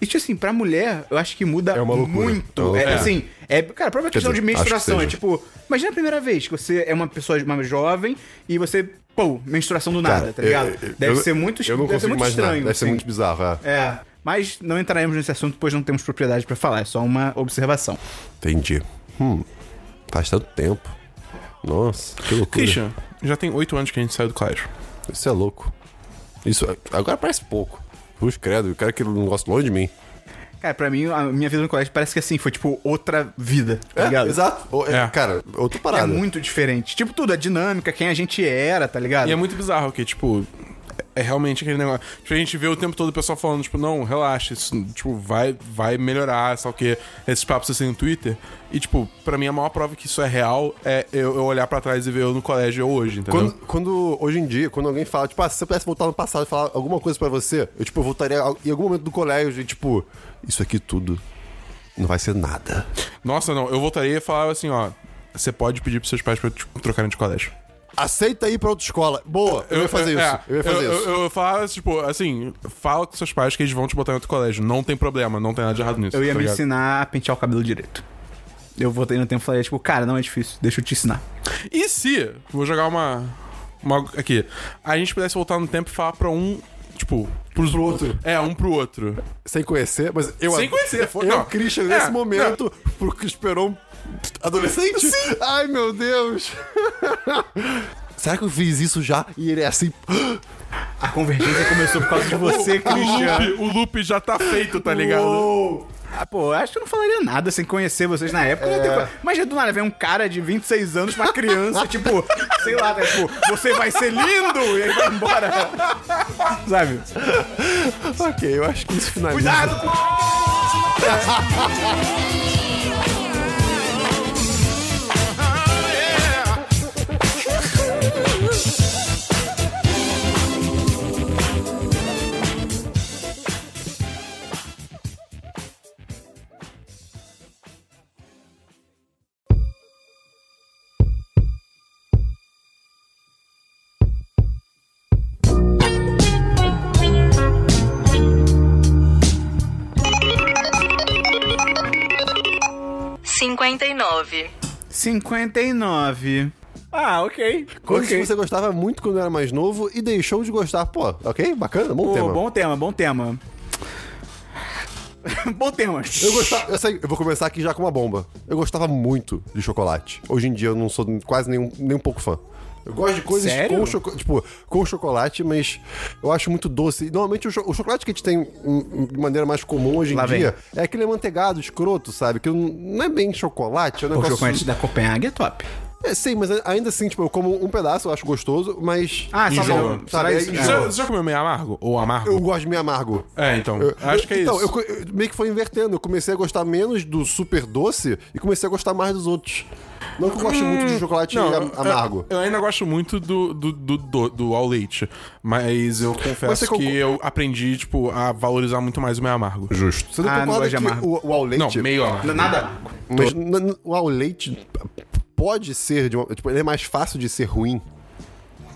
Speaker 1: E tipo assim, pra mulher, eu acho que muda
Speaker 4: É uma loucura.
Speaker 1: muito.
Speaker 4: É uma
Speaker 1: É,
Speaker 4: loucura.
Speaker 1: assim, é, cara, a própria questão
Speaker 4: dizer,
Speaker 1: de menstruação.
Speaker 4: acho
Speaker 1: É
Speaker 4: que
Speaker 1: tipo, imagina a primeira vez que você é uma pessoa uma jovem e você, pô, menstruação do nada,
Speaker 4: Cara,
Speaker 1: tá ligado?
Speaker 4: É, eu- eu-
Speaker 1: deve
Speaker 4: eu-
Speaker 1: ser muito,
Speaker 4: Eu não
Speaker 1: deve ser
Speaker 4: consigo
Speaker 1: muito
Speaker 4: imaginar.
Speaker 1: estranho.
Speaker 4: Deve ser
Speaker 1: assim.
Speaker 4: muito bizarro, é.
Speaker 1: É. Mas não entraremos nesse assunto, pois não temos propriedade pra falar, é só uma observação.
Speaker 4: Entendi. Hum. Faz tanto tempo. Nossa, que loucura.
Speaker 3: Christian, já tem oito anos que a gente saiu do colégio.
Speaker 4: Isso é louco. Isso é- agora parece pouco. Os credo, eu quero que não goste longe de mim.
Speaker 1: Cara, pra mim, a minha vida no colégio parece que assim, foi tipo outra vida, tá ligado?
Speaker 4: exato. Ou- é,
Speaker 3: É.
Speaker 4: Cara, outra
Speaker 1: É
Speaker 4: parada.
Speaker 1: muito diferente. Tipo, tudo, a dinâmica, quem a gente era, tá ligado?
Speaker 3: E é muito bizarro que, tipo, é realmente aquele negócio. Tipo, a gente vê o tempo todo o pessoal falando, tipo, não, relaxa, isso, tipo, vai, vai melhorar, sabe o quê? Esses papos assim no Twitter. E, tipo, pra mim a maior prova que isso é real é eu, eu olhar pra trás e ver eu no colégio hoje, entendeu?
Speaker 4: Quando, quando- hoje em dia, quando alguém fala, tipo, ah, se você pudesse voltar no passado e falar alguma coisa pra você, eu, tipo, eu voltaria ao- em algum momento do colégio e, tipo, isso aqui tudo não vai ser nada.
Speaker 3: Nossa, não, eu voltaria e falava assim, ó. Você pode pedir pros seus pais pra tipo, trocarem de colégio.
Speaker 4: Aceita ir pra outra escola. Boa, eu, ia fazer isso.
Speaker 3: é,
Speaker 4: eu ia fazer
Speaker 3: eu,
Speaker 4: isso.
Speaker 3: Eu, eu falava, tipo, assim, fala com seus pais que eles vão te botar em outro colégio. Não tem problema, não tem nada de errado nisso.
Speaker 1: Eu ia
Speaker 3: tá
Speaker 1: me
Speaker 3: ligado?
Speaker 1: ensinar a pentear o cabelo direito. Eu voltei no tempo e falei, tipo, cara, não é difícil, deixa eu te ensinar.
Speaker 3: E se, vou jogar uma, uma aqui, a gente pudesse voltar no tempo e falar pra um, tipo, pros, pro
Speaker 4: outro.
Speaker 3: É, um pro outro.
Speaker 4: Sem conhecer, mas eu.
Speaker 3: Sem conhecer, foi-
Speaker 4: Eu,
Speaker 3: não.
Speaker 4: Christian,
Speaker 3: É,
Speaker 4: nesse momento, porque esperou um adolescente? Sim. Ai, meu Deus. Será que eu fiz isso já? E ele é assim.
Speaker 1: A convergência começou por causa de você, Cristiano.
Speaker 3: O loop já tá feito, tá ligado?
Speaker 1: Ah, pô, eu acho que eu não falaria nada sem conhecer vocês na época.
Speaker 4: É.
Speaker 1: Mas Ter... Imagina do nada, vem um cara de 26 anos, uma criança, tipo, sei lá, tá, tipo, você vai ser lindo! E aí vai embora. Sabe?
Speaker 4: Ok, eu acho que isso finaliza.
Speaker 1: Cuidado com
Speaker 7: cinquenta e nove,
Speaker 1: 59. Ah, ok.
Speaker 4: Coisas
Speaker 1: ok.
Speaker 4: que você gostava muito quando era mais novo e deixou de gostar. Pô, ok? Bacana, bom
Speaker 1: Pô,
Speaker 4: tema.
Speaker 1: bom tema, bom tema. Bom tema.
Speaker 4: Eu gostava. Eu, sei, eu vou começar aqui já com uma bomba. Eu gostava muito de chocolate. Hoje em dia eu não sou quase nem, um- nem um pouco fã. Eu gosto de coisas
Speaker 1: Sério?
Speaker 4: com chocolate. Tipo, com chocolate, mas eu acho muito doce. E, Normalmente o, cho- o chocolate que a gente tem hum, de maneira mais comum hoje em
Speaker 1: Lá vem.
Speaker 4: dia é aquele manteigado, escroto, sabe? Que não- não é bem chocolate, é um
Speaker 1: O
Speaker 4: negócio.
Speaker 1: chocolate da Copenhague é top.
Speaker 4: É, sim, mas ainda assim, tipo, eu como um pedaço, eu acho gostoso, mas.
Speaker 1: Ah, só
Speaker 4: Enjoa,
Speaker 1: pra-
Speaker 4: sabe?
Speaker 1: só
Speaker 4: É,
Speaker 1: isso, né?
Speaker 3: Você,
Speaker 4: enjoa.
Speaker 3: você já comeu meio amargo? Ou amargo?
Speaker 4: Eu gosto de me amargo.
Speaker 3: É, então.
Speaker 4: Eu-
Speaker 3: acho que é
Speaker 4: então,
Speaker 3: isso.
Speaker 4: eu co- eu meio que foi invertendo. Eu comecei a gostar menos do super doce e comecei a gostar mais dos outros. Não que eu goste muito de chocolate
Speaker 3: Hum, Não, é-
Speaker 4: am-
Speaker 3: eu-
Speaker 4: amargo.
Speaker 3: Eu, ainda gosto muito do, do, do, do, do ao leite. Mas eu confesso
Speaker 4: Você concor-
Speaker 3: que eu aprendi, tipo, a valorizar muito mais o meio amargo.
Speaker 4: Justo. Você não
Speaker 1: Ah, não
Speaker 4: concorda
Speaker 1: gosto de
Speaker 4: que
Speaker 1: amargo.
Speaker 4: o, o ao leite...
Speaker 3: Não, meio amargo.
Speaker 1: Nada.
Speaker 4: Mas n- n- o ao leite p- pode ser... De uma, tipo, ele é mais fácil de ser ruim.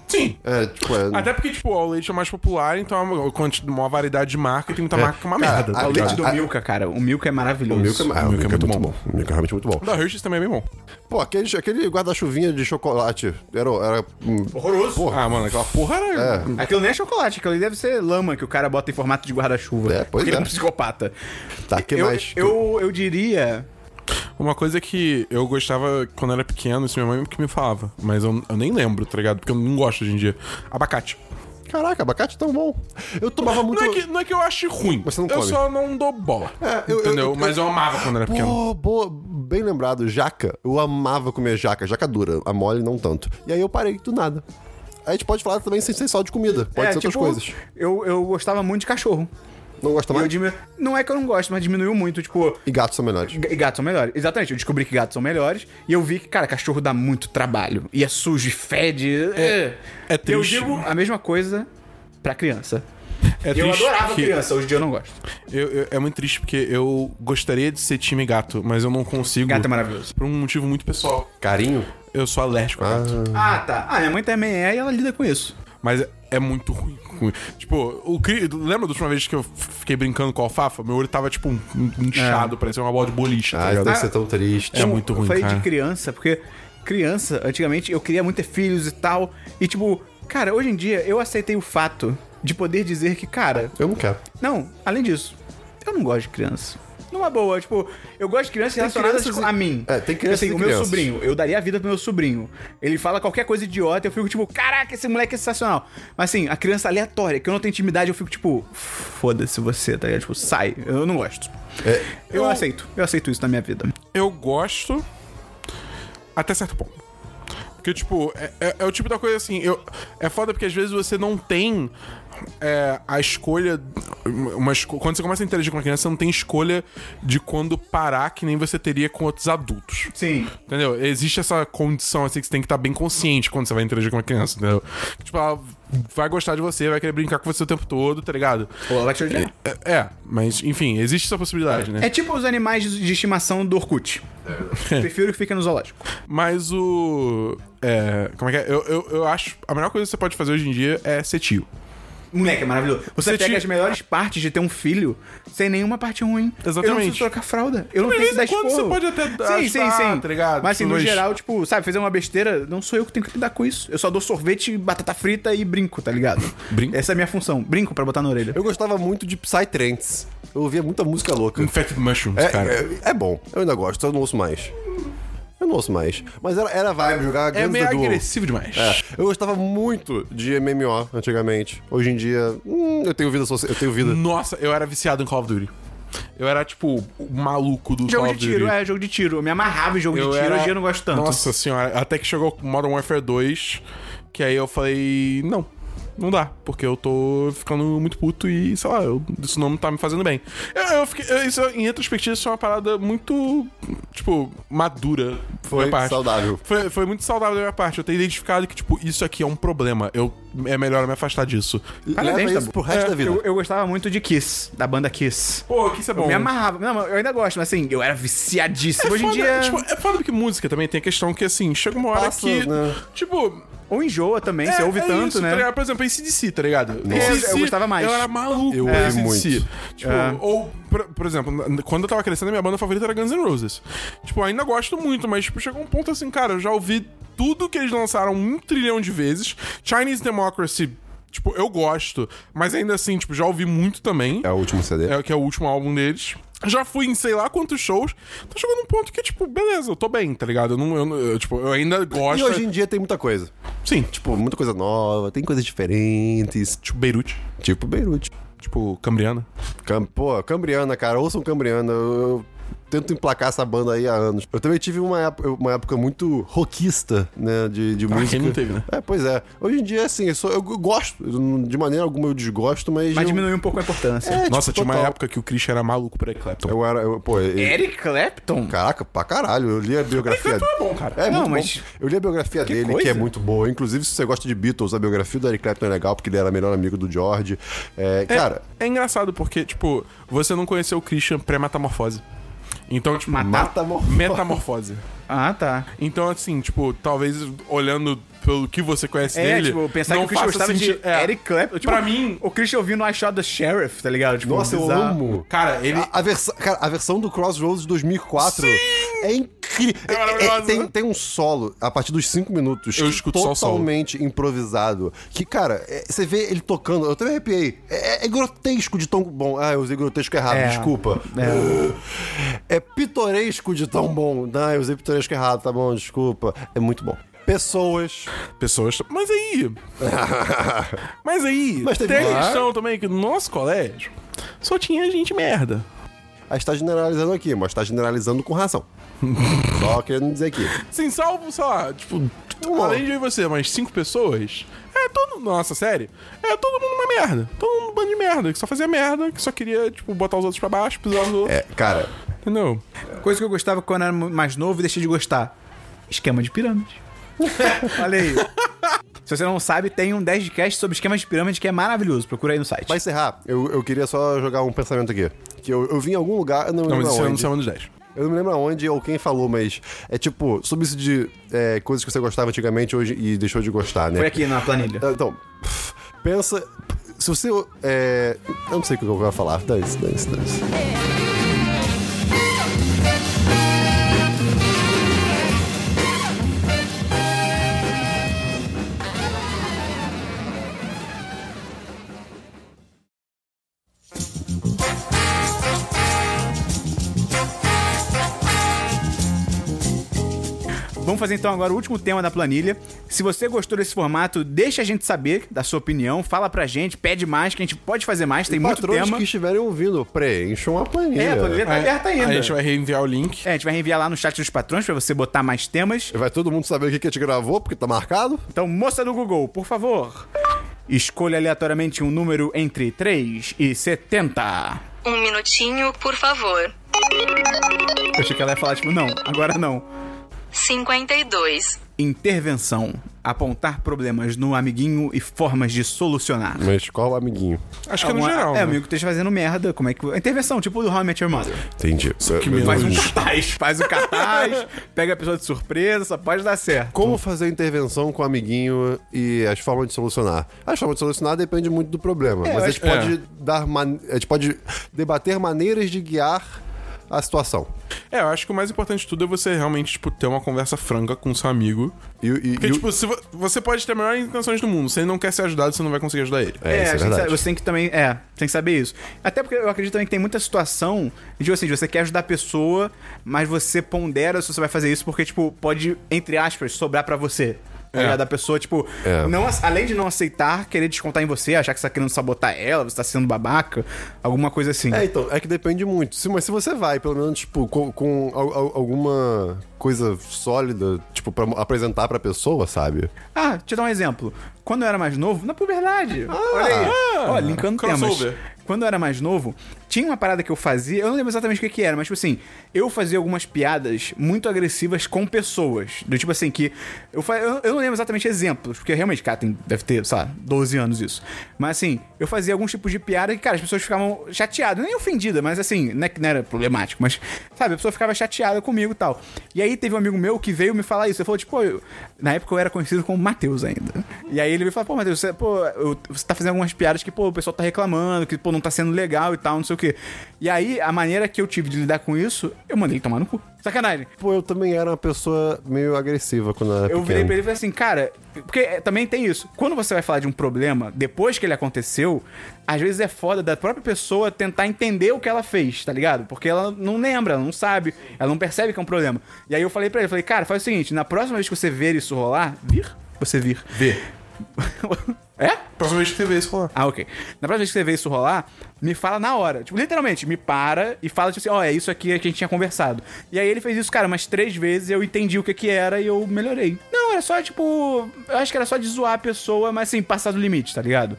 Speaker 3: Sim.
Speaker 4: É, tipo... É,
Speaker 3: Até porque, tipo, o ao leite é mais popular, então é uma, quanti- uma variedade de marca e tem muita marca que é uma
Speaker 4: Cara,
Speaker 3: merda.
Speaker 4: a-
Speaker 3: Tá
Speaker 1: O
Speaker 3: ligado?
Speaker 1: leite do
Speaker 4: Ah,
Speaker 1: Milka, cara. O Milka é maravilhoso.
Speaker 4: o Milka, ah, o
Speaker 3: Milka
Speaker 4: Milka é muito bom. O Milka é realmente muito bom.
Speaker 3: da Hershey's também é bem bom.
Speaker 4: Pô, aquele, aquele guarda-chuvinha de chocolate era... era hum,
Speaker 1: Horroroso.
Speaker 4: Porra.
Speaker 3: Ah, mano, aquela porra era.
Speaker 1: Aquilo nem é chocolate, aquilo ali deve ser lama que o cara bota em formato de guarda-chuva.
Speaker 4: É, pois
Speaker 1: Porque ele é
Speaker 4: é.
Speaker 1: um psicopata.
Speaker 4: Tá, que
Speaker 1: eu,
Speaker 4: mais?
Speaker 1: Eu, eu diria.
Speaker 3: Uma coisa que eu gostava quando eu era pequeno, isso minha mãe que me falava, mas eu, eu nem lembro, tá ligado? Porque eu não gosto hoje em dia. Abacate.
Speaker 4: Caraca, abacate é tão bom. Eu tomava muito...
Speaker 3: Não é, que, não é que eu ache ruim,
Speaker 4: Então- Você não
Speaker 3: eu
Speaker 4: come.
Speaker 3: só não dou bola.
Speaker 4: É, eu-
Speaker 3: entendeu?
Speaker 4: eu- eu-
Speaker 3: mas eu amava quando eu era pequeno.
Speaker 4: Pô, boa, bem lembrado, jaca. Eu amava comer jaca, jaca dura, a mole não tanto. E aí eu parei do nada. A gente pode falar também sem ser só de comida, pode
Speaker 1: é,
Speaker 4: ser
Speaker 1: tipo,
Speaker 4: outras coisas.
Speaker 1: Eu, eu gostava muito de cachorro.
Speaker 4: Não
Speaker 1: E
Speaker 4: gosta mais?
Speaker 1: eu diminu... Não é que eu não gosto, mas diminuiu muito. Tipo,
Speaker 4: E gatos são melhores.
Speaker 1: G- E gatos são melhores. Exatamente, eu descobri que gatos são melhores e eu vi que, cara, cachorro dá muito trabalho. E é sujo, e fede. É,
Speaker 3: é triste.
Speaker 1: Eu digo a mesma coisa pra criança.
Speaker 3: É
Speaker 1: eu
Speaker 3: triste
Speaker 1: adorava
Speaker 3: que-
Speaker 1: criança, hoje em dia eu não gosto.
Speaker 3: eu- eu- é muito triste porque eu gostaria de ser time gato, mas eu não consigo.
Speaker 1: Gato é maravilhoso.
Speaker 3: Por um motivo muito pessoal.
Speaker 4: Carinho?
Speaker 3: Eu sou alérgico a
Speaker 4: Hum.
Speaker 3: gato.
Speaker 1: Ah, tá. Ah, minha mãe também é e ela lida com isso.
Speaker 3: Mas é, é muito ruim. ruim. Tipo, o Cri... lembra da última vez que eu f- fiquei brincando com a alfafa? Meu olho tava, tipo, um- um- inchado, parecia uma bola de boliche. tá
Speaker 4: É. Ah, isso
Speaker 3: ligado?
Speaker 4: deve ser tão triste.
Speaker 3: É muito
Speaker 1: eu
Speaker 3: ruim,
Speaker 1: falei
Speaker 3: cara.
Speaker 1: de criança, porque criança, antigamente, eu queria muito ter filhos e tal. E tipo, cara, hoje em dia eu aceitei o fato de poder dizer que, cara,
Speaker 4: Eu não quero.
Speaker 1: Não, além disso, eu não gosto de criança. Numa boa, tipo, eu gosto de crianças relacionadas
Speaker 4: crianças
Speaker 1: a
Speaker 4: e-
Speaker 1: mim.
Speaker 4: É, tem crianças
Speaker 1: assim,
Speaker 4: e
Speaker 1: o meu
Speaker 4: crianças.
Speaker 1: sobrinho, eu daria a vida pro meu sobrinho. Ele fala qualquer coisa idiota, eu fico tipo, caraca, esse moleque é sensacional. Mas assim, a criança aleatória, que eu não tenho intimidade, eu fico tipo, foda-se você, tá ligado? Tipo, sai. Eu não gosto.
Speaker 4: É.
Speaker 1: Eu, aceito, eu aceito isso na minha vida.
Speaker 3: É, Eu gosto até certo ponto. Porque, tipo, é, é- é o tipo da coisa assim. Eu, é foda porque às vezes você não tem é, a escolha. Uma, esco- quando você começa a interagir com uma criança, você não tem escolha de quando parar que nem você teria com outros adultos.
Speaker 1: Sim.
Speaker 3: Entendeu? Existe essa condição assim que você tem que estar bem consciente quando você vai interagir com uma criança, entendeu? Tipo, ela vai gostar de você, vai querer brincar com você o tempo todo, tá ligado?
Speaker 1: Ou vai te odiar.
Speaker 3: É, é, mas enfim, existe essa possibilidade, né?
Speaker 1: É tipo os animais de de estimação do Orkut. Prefiro que fiquem no zoológico.
Speaker 3: Mas o. É. Como é que é? Eu, eu, eu acho. A melhor coisa que você pode fazer hoje em dia é ser tio.
Speaker 1: Moleque, é maravilhoso. Você,
Speaker 3: Você
Speaker 1: pega
Speaker 3: te-
Speaker 1: as melhores partes de ter um filho sem nenhuma parte ruim. Eu não
Speaker 3: Exatamente.
Speaker 1: preciso trocar fralda. Eu não
Speaker 3: De
Speaker 1: tenho que
Speaker 3: vez
Speaker 1: dar
Speaker 3: em quando
Speaker 1: esporro.
Speaker 3: você pode até dar-
Speaker 1: Sim, sim,
Speaker 3: ajudar,
Speaker 1: sim.
Speaker 3: tá ligado?
Speaker 1: Mas assim, no
Speaker 3: Mas-
Speaker 1: geral, tipo, sabe, fazer uma besteira, não sou eu que tenho que lidar com isso. Eu só dou sorvete, batata frita e brinco, tá ligado?
Speaker 3: Brinco?
Speaker 1: Essa é a minha função. Brinco pra botar na orelha.
Speaker 4: Eu gostava muito de Psytrance. Eu ouvia muita música louca.
Speaker 3: Infected mushrooms,
Speaker 4: É,
Speaker 3: cara.
Speaker 4: é, é bom, eu ainda gosto, eu não ouço mais. Eu não ouço mais. Mas era, era vibe jogar
Speaker 3: É
Speaker 4: Guns
Speaker 3: meio
Speaker 4: N' Duo.
Speaker 3: agressivo demais.
Speaker 4: Eu gostava muito de MMO antigamente. Hoje em dia, hum, eu tenho vida social, eu tenho vida.
Speaker 3: Nossa, eu era viciado em Call of Duty. Eu era, tipo, o maluco do
Speaker 1: Jogo
Speaker 3: Call
Speaker 1: de
Speaker 3: of Duty.
Speaker 1: tiro, é, jogo de tiro. Eu me amarrava em jogo de tiro, hoje eu não gosto tanto.
Speaker 3: Nossa senhora, até que chegou Modern Warfare 2, que aí eu falei, não, não dá, porque eu tô ficando muito puto e, sei lá, eu- isso não tá me fazendo bem. Eu, eu fiquei, eu- isso, em retrospectiva, isso é uma parada muito, tipo, madura. da
Speaker 4: Foi
Speaker 3: minha parte.
Speaker 4: saudável.
Speaker 3: Foi, foi muito saudável da minha parte. Eu tenho identificado que, tipo, isso aqui é um problema. Eu, é melhor eu me afastar disso.
Speaker 1: Parabéns, tá
Speaker 4: Leva
Speaker 1: Dabu.
Speaker 4: isso pro
Speaker 3: É,
Speaker 4: resto da vida.
Speaker 1: É, Eu, eu gostava muito de Kiss, da banda Kiss.
Speaker 3: Pô, que isso é bom.
Speaker 1: Me amarrava. Não, eu ainda gosto, mas assim, eu era viciadíssimo.
Speaker 3: É
Speaker 1: hoje em
Speaker 3: foda,
Speaker 1: dia.
Speaker 3: tipo, é foda porque música também tem a questão que, assim, chega uma hora
Speaker 4: Passa,
Speaker 3: que,
Speaker 4: né?
Speaker 3: tipo,
Speaker 1: Ou enjoa também, você ouve tanto,
Speaker 3: isso,
Speaker 1: né?
Speaker 3: Tá ligado? Por exemplo, ACDC, tá ligado? AC/DC,
Speaker 1: eu gostava mais.
Speaker 3: Eu era maluco
Speaker 4: Eu
Speaker 3: com
Speaker 4: ouvi
Speaker 3: AC/DC.
Speaker 4: muito. É.
Speaker 3: Tipo, ou, por, por exemplo, na- quando eu tava crescendo, a minha banda favorita era Guns N' Roses. Tipo, ainda gosto muito, mas tipo, chegou um ponto assim, cara, eu já ouvi tudo que eles lançaram um trilhão de vezes. Chinese Democracy Tipo, eu gosto. Mas ainda assim, tipo, já ouvi muito também.
Speaker 4: É o último CD.
Speaker 3: É, que é o último álbum deles. Já fui em sei lá quantos shows. Tá chegando um ponto que, tipo, beleza, eu tô bem, tá ligado? Eu, não, eu, não- eu, tipo, eu ainda gosto.
Speaker 4: E hoje em dia tem muita coisa.
Speaker 3: Sim,
Speaker 4: Tipo, muita coisa nova, tem coisas diferentes.
Speaker 3: tipo, Beirute.
Speaker 4: Tipo Beirute.
Speaker 3: Tipo, Cambriana.
Speaker 4: Cam- Pô, Cambriana, cara, ouçam Cambriana. Eu, eu tento emplacar essa banda aí há anos. Eu também tive uma época, uma época muito rockista, né, de, de música.
Speaker 3: quem não teve, né?
Speaker 4: É, pois é. Hoje em dia, assim, eu, sou- eu gosto. Eu não- de maneira alguma eu desgosto, mas...
Speaker 1: Mas
Speaker 4: eu,
Speaker 1: diminuiu um pouco a importância.
Speaker 4: É,
Speaker 3: Nossa,
Speaker 4: tipo,
Speaker 3: tinha uma
Speaker 4: total.
Speaker 3: época que o Christian era maluco por Eric Clapton.
Speaker 4: Eu era... eu- pô,
Speaker 3: É.
Speaker 4: eu-
Speaker 1: Eric Clapton?
Speaker 4: Caraca, pra caralho. Eu li a biografia...
Speaker 3: Clapton é bom, cara.
Speaker 4: É,
Speaker 1: Não,
Speaker 4: muito
Speaker 1: mas-
Speaker 4: bom. Eu li a biografia dele, que
Speaker 1: coisa.
Speaker 4: é muito boa. Inclusive, se você gosta de Beatles, a biografia do Eric Clapton é legal, porque ele era melhor amigo do George. É, cara...
Speaker 3: É engraçado porque, tipo, você não conheceu o Christian pré-metamorfose. Então, tipo,
Speaker 1: Mata-
Speaker 4: Metamorfose.
Speaker 3: metamorfose.
Speaker 1: Ah, tá.
Speaker 3: Então, assim, tipo, talvez olhando pelo que você conhece
Speaker 1: É,
Speaker 3: dele.
Speaker 1: tipo, pensar que o Christian
Speaker 3: faça
Speaker 1: gostava de
Speaker 3: sentido- é.
Speaker 1: Eric Clapton. Tipo,
Speaker 3: Pra mim-
Speaker 1: O Christian ouvindo I Shot the Sheriff, tá ligado? Tipo,
Speaker 4: Nossa, eu
Speaker 1: bizarro.
Speaker 4: amo.
Speaker 3: Cara, ele.
Speaker 1: Ah.
Speaker 4: A, a versão- cara, a versão do Crossroads de 2004 é incrível.
Speaker 3: É maravilhosa.
Speaker 4: tem, tem um solo a partir dos 5 minutos
Speaker 3: Eu escuto só o solo.
Speaker 4: totalmente improvisado. Que, cara, é- você vê ele tocando. Eu também arrepiei. É, é grotesco de tão bom. Ah, eu usei grotesco errado,
Speaker 1: É.
Speaker 4: desculpa. É. pitoresco de tão bom. Ah, eu usei pitoresco errado, tá bom, desculpa. É muito bom. Pessoas.
Speaker 3: pessoas. Mas aí. mas aí.
Speaker 4: Mas teve
Speaker 3: tem a
Speaker 4: uma-
Speaker 3: questão também que no nosso colégio Tipo, só tinha gente merda.
Speaker 4: A gente tá generalizando aqui, mas tá generalizando com razão. Só querendo dizer aqui.
Speaker 3: Sem salvo, sei lá, tipo,
Speaker 4: Uou.
Speaker 3: além de eu e você, mas cinco pessoas. É todo. Nossa, série. É todo mundo uma merda. Todo mundo um bando de merda, que só fazia merda, que só queria, tipo, botar os outros pra baixo, pisar nos outros.
Speaker 4: É, cara,
Speaker 3: Entendeu?
Speaker 1: Coisa que eu gostava quando era mais novo e deixei de gostar. Esquema de pirâmide. Olha aí. Se você não sabe, tem um 10 de cast sobre esquema de pirâmide que é maravilhoso. Procura aí no site.
Speaker 4: Pra encerrar, eu, eu queria só jogar um pensamento aqui. Que eu, eu vi em algum lugar, eu não me
Speaker 3: Não,
Speaker 4: lembro
Speaker 3: mas isso é no
Speaker 4: aonde.
Speaker 3: Semana dos 10.
Speaker 4: Eu não me lembro aonde ou quem falou, mas é tipo, sobre isso de é, coisas que você gostava antigamente hoje e deixou de gostar, né?
Speaker 1: Foi aqui na planilha.
Speaker 4: Então, pff, pensa. Se você. É, eu não sei o que eu vou falar. Dance, dance, dance.
Speaker 1: Vamos fazer então agora o último tema da planilha. Se você gostou desse formato, deixa a gente saber da sua opinião, fala pra gente, pede mais, que a gente pode fazer mais, tem muito
Speaker 4: Patrões
Speaker 1: tema.
Speaker 4: que estiverem ouvindo, preencham a planilha.
Speaker 1: É, a planilha tá aberta ainda.
Speaker 3: Aí a gente vai reenviar o link.
Speaker 1: É, a gente vai reenviar lá no chat dos patrões pra você botar mais temas.
Speaker 4: Vai todo mundo saber o que que a gente gravou, porque tá marcado.
Speaker 1: Então, moça do Google, por favor, escolha aleatoriamente um número entre 3 e 70.
Speaker 7: Um minutinho, por favor.
Speaker 1: Eu achei que ela ia falar, tipo, não, agora não.
Speaker 7: 52.
Speaker 1: Intervenção. Apontar problemas no amiguinho e formas de solucionar.
Speaker 4: Mas qual amiguinho?
Speaker 3: Acho que é no
Speaker 1: Alguma-
Speaker 3: geral.
Speaker 1: É,
Speaker 3: né?
Speaker 1: amigo que esteja fazendo merda, como é que... Intervenção, tipo do How I Met Your Mother.
Speaker 4: Entendi.
Speaker 3: que
Speaker 4: Eu- eu-
Speaker 1: Faz um
Speaker 3: Deus.
Speaker 1: cartaz, faz um cartaz, pega a pessoa de surpresa, só pode dar certo.
Speaker 4: Como fazer intervenção com o amiguinho e as formas de solucionar? As formas de solucionar depende muito do problema, mas a gente
Speaker 3: acho-
Speaker 4: pode
Speaker 3: é.
Speaker 4: dar man... a gente pode debater maneiras de guiar a situação.
Speaker 3: É, eu acho que o mais importante de tudo é você realmente, tipo, ter uma conversa franca com seu amigo.
Speaker 4: E, e-
Speaker 3: Porque,
Speaker 4: e o-
Speaker 3: tipo, se vo- você pode ter as melhores intenções do mundo. Se ele não quer ser ajudado, você não vai conseguir ajudar ele.
Speaker 4: É, isso
Speaker 1: a
Speaker 4: é
Speaker 1: gente
Speaker 4: verdade.
Speaker 1: sabe- você tem que também. É, tem que saber isso. Até porque eu acredito também que tem muita situação de assim, de você quer ajudar a pessoa, mas você pondera se você vai fazer isso, porque, tipo, pode, entre aspas, sobrar pra você. Tá
Speaker 3: É.
Speaker 1: ligado? A pessoa, tipo,
Speaker 4: É.
Speaker 1: não, ace- além de não aceitar, querer descontar em você, achar que você tá querendo sabotar ela, você tá sendo babaca, alguma coisa assim.
Speaker 4: É, então, é que depende muito. Se- mas se você vai, pelo menos, tipo, com, com al- al- alguma coisa sólida, tipo, pra apresentar pra pessoa, sabe?
Speaker 1: Ah, deixa eu dar um exemplo. Quando eu era mais novo, na puberdade. olha aí.
Speaker 3: Ah.
Speaker 1: Ó, linkando
Speaker 3: Crossover.
Speaker 1: temas. Quando eu era mais novo, tinha uma parada que eu fazia, eu não lembro exatamente o que que era, mas tipo assim, eu fazia algumas piadas muito agressivas com pessoas. Do tipo assim, que eu, fa... eu, eu não lembro exatamente exemplos, porque realmente, cara, tem, deve ter, sei lá, 12 anos isso. Mas assim, eu fazia alguns tipos de piada que, cara, as pessoas ficavam chateadas, nem ofendidas, mas assim, não é que não era problemático, mas, sabe, a pessoa ficava chateada comigo e tal. E aí teve um amigo meu que veio me falar isso, ele falou, tipo, pô, eu... na época eu era conhecido como Matheus ainda. E aí ele me falou, pô, Matheus, você, é, pô, eu- você tá fazendo algumas piadas que, pô, o pessoal tá reclamando, que, pô, não tá sendo legal e tal, não sei o quê. E aí, a maneira que eu tive de lidar com isso, eu mandei ele tomar no cu. Sabe, Sacanagem.
Speaker 4: Pô, Tipo, eu também era uma pessoa meio agressiva quando eu era
Speaker 1: Eu virei
Speaker 4: pequeno.
Speaker 1: pra ele e falei assim, cara, porque é, também tem isso. Quando você vai falar de um problema, depois que ele aconteceu, às vezes é foda da própria pessoa tentar entender o que ela fez, tá ligado? Porque ela não lembra, ela não sabe, ela não percebe que é um problema. E aí eu falei pra ele, falei, cara, faz o seguinte, na próxima vez que você ver isso rolar, vir? Você vir.
Speaker 3: Vê.
Speaker 1: é?
Speaker 3: Próxima vez que você vê isso rolar.
Speaker 1: Ah, ok. Na próxima vez que você vê isso rolar, me fala na hora. Tipo, literalmente, me para e fala, tipo assim, ó, é isso aqui que a gente tinha conversado. E aí ele fez isso, cara, umas três vezes, eu entendi o que que era e eu melhorei. Não, era só, tipo, eu acho que era só de zoar a pessoa, mas assim, passar do limite, tá ligado?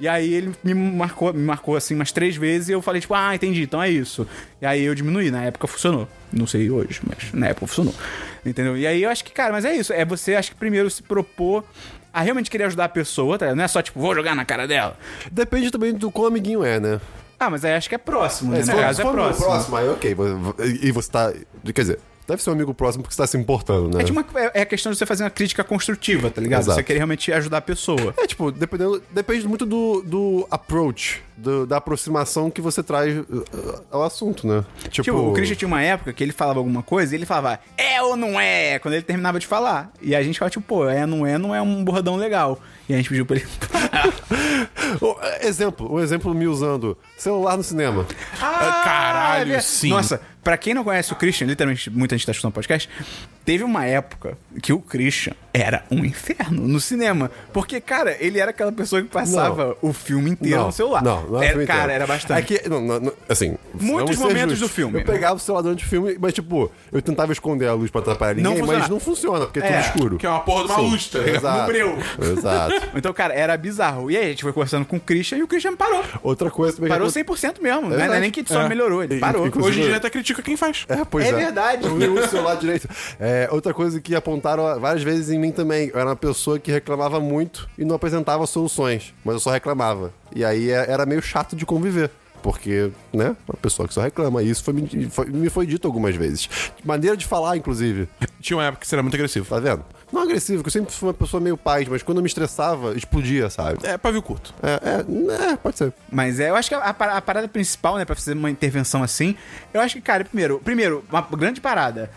Speaker 1: E aí ele me marcou, me marcou assim umas três vezes e eu falei, tipo, ah, entendi, então é isso. E aí eu diminuí, na época funcionou. Não sei hoje, mas na época funcionou. Entendeu? E aí eu acho que, cara, mas é isso. É você, acho que primeiro se propor a realmente querer ajudar a pessoa, tá ligado? Não é só, tipo, vou jogar na cara dela.
Speaker 4: Depende também do quão amiguinho é, né?
Speaker 1: Ah, mas aí acho que é próximo, né?
Speaker 4: se
Speaker 1: No
Speaker 4: for-
Speaker 1: caso
Speaker 4: se
Speaker 1: é
Speaker 4: for amigo
Speaker 1: próximo.
Speaker 4: próximo, aí ok. E e você tá. Quer dizer, deve ser um amigo próximo porque você tá se importando, né?
Speaker 1: É, tipo uma- é- é a questão de você fazer uma crítica construtiva, tá ligado?
Speaker 4: Exato.
Speaker 1: Você querer realmente ajudar a pessoa.
Speaker 4: É, tipo, dependendo, depende muito do, do approach, do- da aproximação que você traz uh, uh, ao assunto, né? Tipo,
Speaker 1: Tipo, o Christian tinha uma época que ele falava alguma coisa e ele falava é ou não é, quando ele terminava de falar. E a gente ficava tipo, pô, é não é, não é um bordão legal. E a gente pediu pra ele.
Speaker 4: o- exemplo, um exemplo me usando, celular no cinema.
Speaker 1: Ah,
Speaker 3: caralho,
Speaker 1: é verdade.
Speaker 3: sim.
Speaker 1: Nossa, pra quem não conhece o Christian, literalmente muita gente tá escutando podcast, teve uma época que o Christian era um inferno no cinema. Porque, cara, ele era aquela pessoa que passava o filme inteiro no celular.
Speaker 4: Não, não é o
Speaker 1: era,
Speaker 4: filme
Speaker 1: Cara,
Speaker 4: inteiro.
Speaker 1: era bastante.
Speaker 4: É que, não, não, não, assim,
Speaker 1: Muitos
Speaker 4: vamos ser
Speaker 1: momentos do filme.
Speaker 4: Eu pegava o celular durante o filme, mas tipo, eu tentava esconder a luz pra atrapalhar
Speaker 1: Não
Speaker 4: ninguém, mas
Speaker 1: funcionava.
Speaker 4: não funciona, porque é tudo
Speaker 1: É.
Speaker 4: escuro.
Speaker 3: Que é uma porra de uma
Speaker 4: Sim.
Speaker 3: luz, tá ligado?
Speaker 4: Exato.
Speaker 1: No breu.
Speaker 4: Exato.
Speaker 1: Então, cara, era bizarro. E aí a gente foi conversando com o Christian e o Christian parou.
Speaker 4: Outra coisa também. que
Speaker 1: Parou
Speaker 4: aconte-
Speaker 1: 100% mesmo. né? Não é
Speaker 4: verdade.
Speaker 1: nem que só
Speaker 4: É.
Speaker 1: melhorou, ele
Speaker 4: E-
Speaker 1: parou.
Speaker 4: inclusive-
Speaker 3: Hoje em dia até critica quem faz.
Speaker 4: É, pois
Speaker 1: É
Speaker 4: é.
Speaker 1: verdade.
Speaker 4: Eu não uso o celular direito. É, outra coisa que apontaram várias vezes em mim também. Eu era uma pessoa que reclamava muito e não apresentava soluções, mas eu só reclamava. E aí é- era meio chato de conviver. Porque, né, uma pessoa que só reclama. E isso foi, me- foi- me foi dito algumas vezes. Maneira de falar, inclusive.
Speaker 3: Tinha uma época que você era muito agressivo.
Speaker 4: Tá vendo? Não agressivo, que eu sempre fui uma pessoa meio paz, mas quando eu me estressava, explodia, sabe?
Speaker 3: É, pavio curto.
Speaker 4: É, é, é pode ser.
Speaker 1: Mas é, eu acho que a, par- a parada principal, né, pra fazer uma intervenção assim, eu acho que, cara, primeiro, primeiro, uma grande parada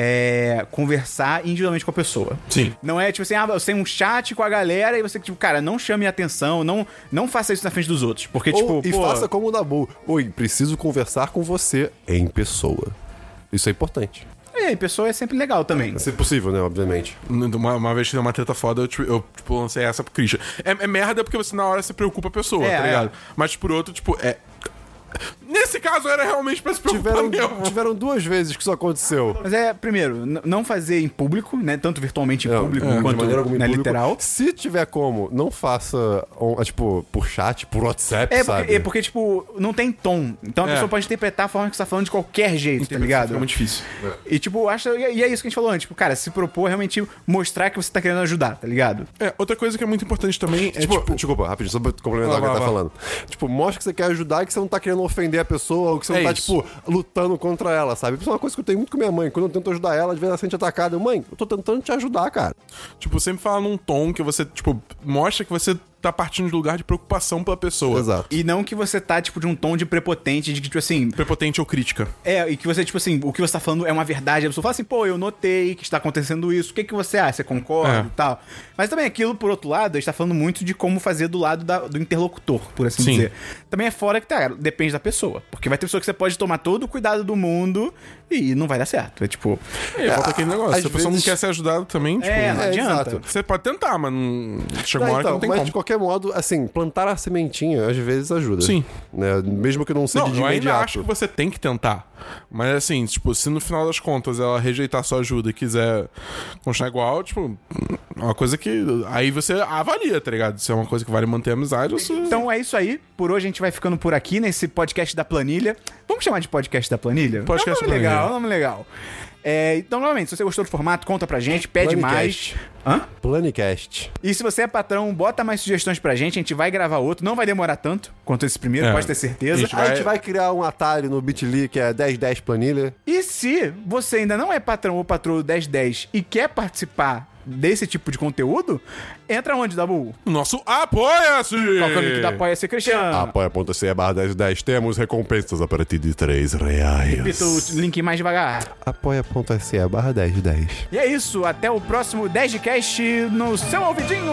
Speaker 1: é conversar individualmente com a pessoa.
Speaker 3: Sim.
Speaker 1: Não é tipo assim, ah, você tem um chat com a galera e você, tipo, cara, não chame a atenção, não, não faça isso na frente dos outros. Porque,
Speaker 4: Ou-
Speaker 1: tipo,
Speaker 4: e
Speaker 1: pô,
Speaker 4: faça como o Dabu. Oi, preciso conversar com você em pessoa. Isso é importante.
Speaker 1: é, pessoa é sempre legal também.
Speaker 4: Se possível, né? Obviamente.
Speaker 3: Uma, uma vez que deu uma treta foda, eu, tipo, eu, tipo, lancei essa pro Christian. É, é merda porque você na hora se preocupa a pessoa,
Speaker 1: É,
Speaker 3: tá
Speaker 1: é.
Speaker 3: ligado? Mas por outro, tipo, é. Nesse caso era realmente pra se preocupar
Speaker 4: Tiveram, um tipo,
Speaker 3: mesmo.
Speaker 4: tiveram duas vezes que isso aconteceu.
Speaker 1: Mas é, primeiro, n- não fazer em público, né? Tanto virtualmente em
Speaker 4: Não,
Speaker 1: público
Speaker 4: é, de
Speaker 1: quanto
Speaker 4: maneira alguma em
Speaker 1: na
Speaker 4: público.
Speaker 1: literal.
Speaker 4: Se tiver como, não faça, on- tipo, por chat, por WhatsApp,
Speaker 1: É
Speaker 4: sabe?
Speaker 1: porque, é porque, tipo, não tem tom. Então a
Speaker 3: É.
Speaker 1: pessoa pode interpretar a forma que você tá falando de qualquer jeito, tá ligado?
Speaker 3: Fica muito difícil.
Speaker 1: E, tipo, acha. E é isso que a gente falou antes. Tipo, cara, se propor realmente mostrar que você tá querendo ajudar, tá ligado?
Speaker 3: É, outra coisa que é muito importante também é,
Speaker 4: Tipo,
Speaker 3: tipo,
Speaker 4: desculpa, rapidinho, só pra
Speaker 3: Vai,
Speaker 4: complementar o que ele
Speaker 3: vai,
Speaker 4: tá
Speaker 3: vai.
Speaker 4: falando. Tipo, mostra que você quer ajudar e que você não tá querendo ofender a pessoa ou que você não
Speaker 3: É
Speaker 4: tá,
Speaker 3: isso.
Speaker 4: tipo, lutando contra ela, sabe? Isso é uma coisa que eu tenho muito com minha mãe. Quando eu tento ajudar ela, às vezes ela se sente atacada. Eu, Mãe, eu tô tentando te ajudar, cara.
Speaker 3: Tipo, sempre fala num tom que você, tipo, mostra que você tá partindo de lugar de preocupação pela pessoa.
Speaker 4: Exato.
Speaker 1: E não que você tá, tipo, de um tom de prepotente, de que, tipo assim.
Speaker 3: Prepotente ou crítica.
Speaker 1: É, e que você, tipo assim, o que você tá falando é uma verdade. A pessoa fala assim, pô, eu notei que está acontecendo isso. O que, que você acha? Você concorda
Speaker 3: É.
Speaker 1: e tal? Mas também aquilo, por outro lado, a gente tá falando muito de como fazer do lado da- do interlocutor, por assim
Speaker 3: Sim.
Speaker 1: dizer. Também é fora que, tá, depende da pessoa. Porque vai ter pessoa que você pode tomar todo o cuidado do mundo e não vai dar certo. É tipo.
Speaker 3: É, volta aquele negócio.
Speaker 4: às
Speaker 3: Se a pessoa
Speaker 4: vezes-
Speaker 3: não quer ser ajudada também, tipo.
Speaker 1: É, não
Speaker 4: é,
Speaker 1: adianta.
Speaker 4: exato.
Speaker 3: Você pode tentar, mas não... chega uma
Speaker 4: Ah,
Speaker 3: hora
Speaker 4: então,
Speaker 3: que não
Speaker 4: mas
Speaker 3: tem
Speaker 4: de
Speaker 3: como.
Speaker 4: qualquer modo, assim, plantar a sementinha às vezes ajuda.
Speaker 3: Sim.
Speaker 4: Né? Mesmo que não seja
Speaker 3: Não,
Speaker 4: de
Speaker 3: eu ainda
Speaker 4: imediato.
Speaker 3: acho que você tem que tentar. Mas assim, tipo, se no final das contas ela rejeitar sua ajuda e quiser continuar igual, tipo, é uma coisa que. Aí você avalia, tá ligado? Se é uma coisa que vale manter a amizade ou se.
Speaker 1: Então é isso aí. Por hoje a gente vai ficando por aqui nesse podcast da planilha. Vamos chamar de podcast da planilha?
Speaker 3: Podcast
Speaker 1: é um nome
Speaker 3: da planilha.
Speaker 1: legal, é um nome legal. É, então, novamente, se você gostou do formato, conta pra gente, pede mais.
Speaker 4: Planecast.
Speaker 1: Hã?
Speaker 4: Planecast.
Speaker 1: E se você é patrão, bota mais sugestões pra gente. A gente vai gravar outro. Não vai demorar tanto quanto esse primeiro,
Speaker 3: É.
Speaker 1: pode ter certeza.
Speaker 3: Isso.
Speaker 4: A gente vai criar um atalho no Bitly que é 1010 planilha.
Speaker 1: E se você ainda não é patrão ou patroa do 1010 e quer participar desse tipo de conteúdo, entra onde, Dabu?
Speaker 3: O Nosso apoia-se!
Speaker 1: Qual que é o link da Apoia-se Cristiano?
Speaker 4: Apoia.se barra 1010. Temos recompensas a partir de 3
Speaker 1: Repita
Speaker 4: reais.
Speaker 1: o link mais devagar.
Speaker 4: Apoia.se barra 1010.
Speaker 1: E é isso, até o próximo 10 de cast no seu ouvidinho!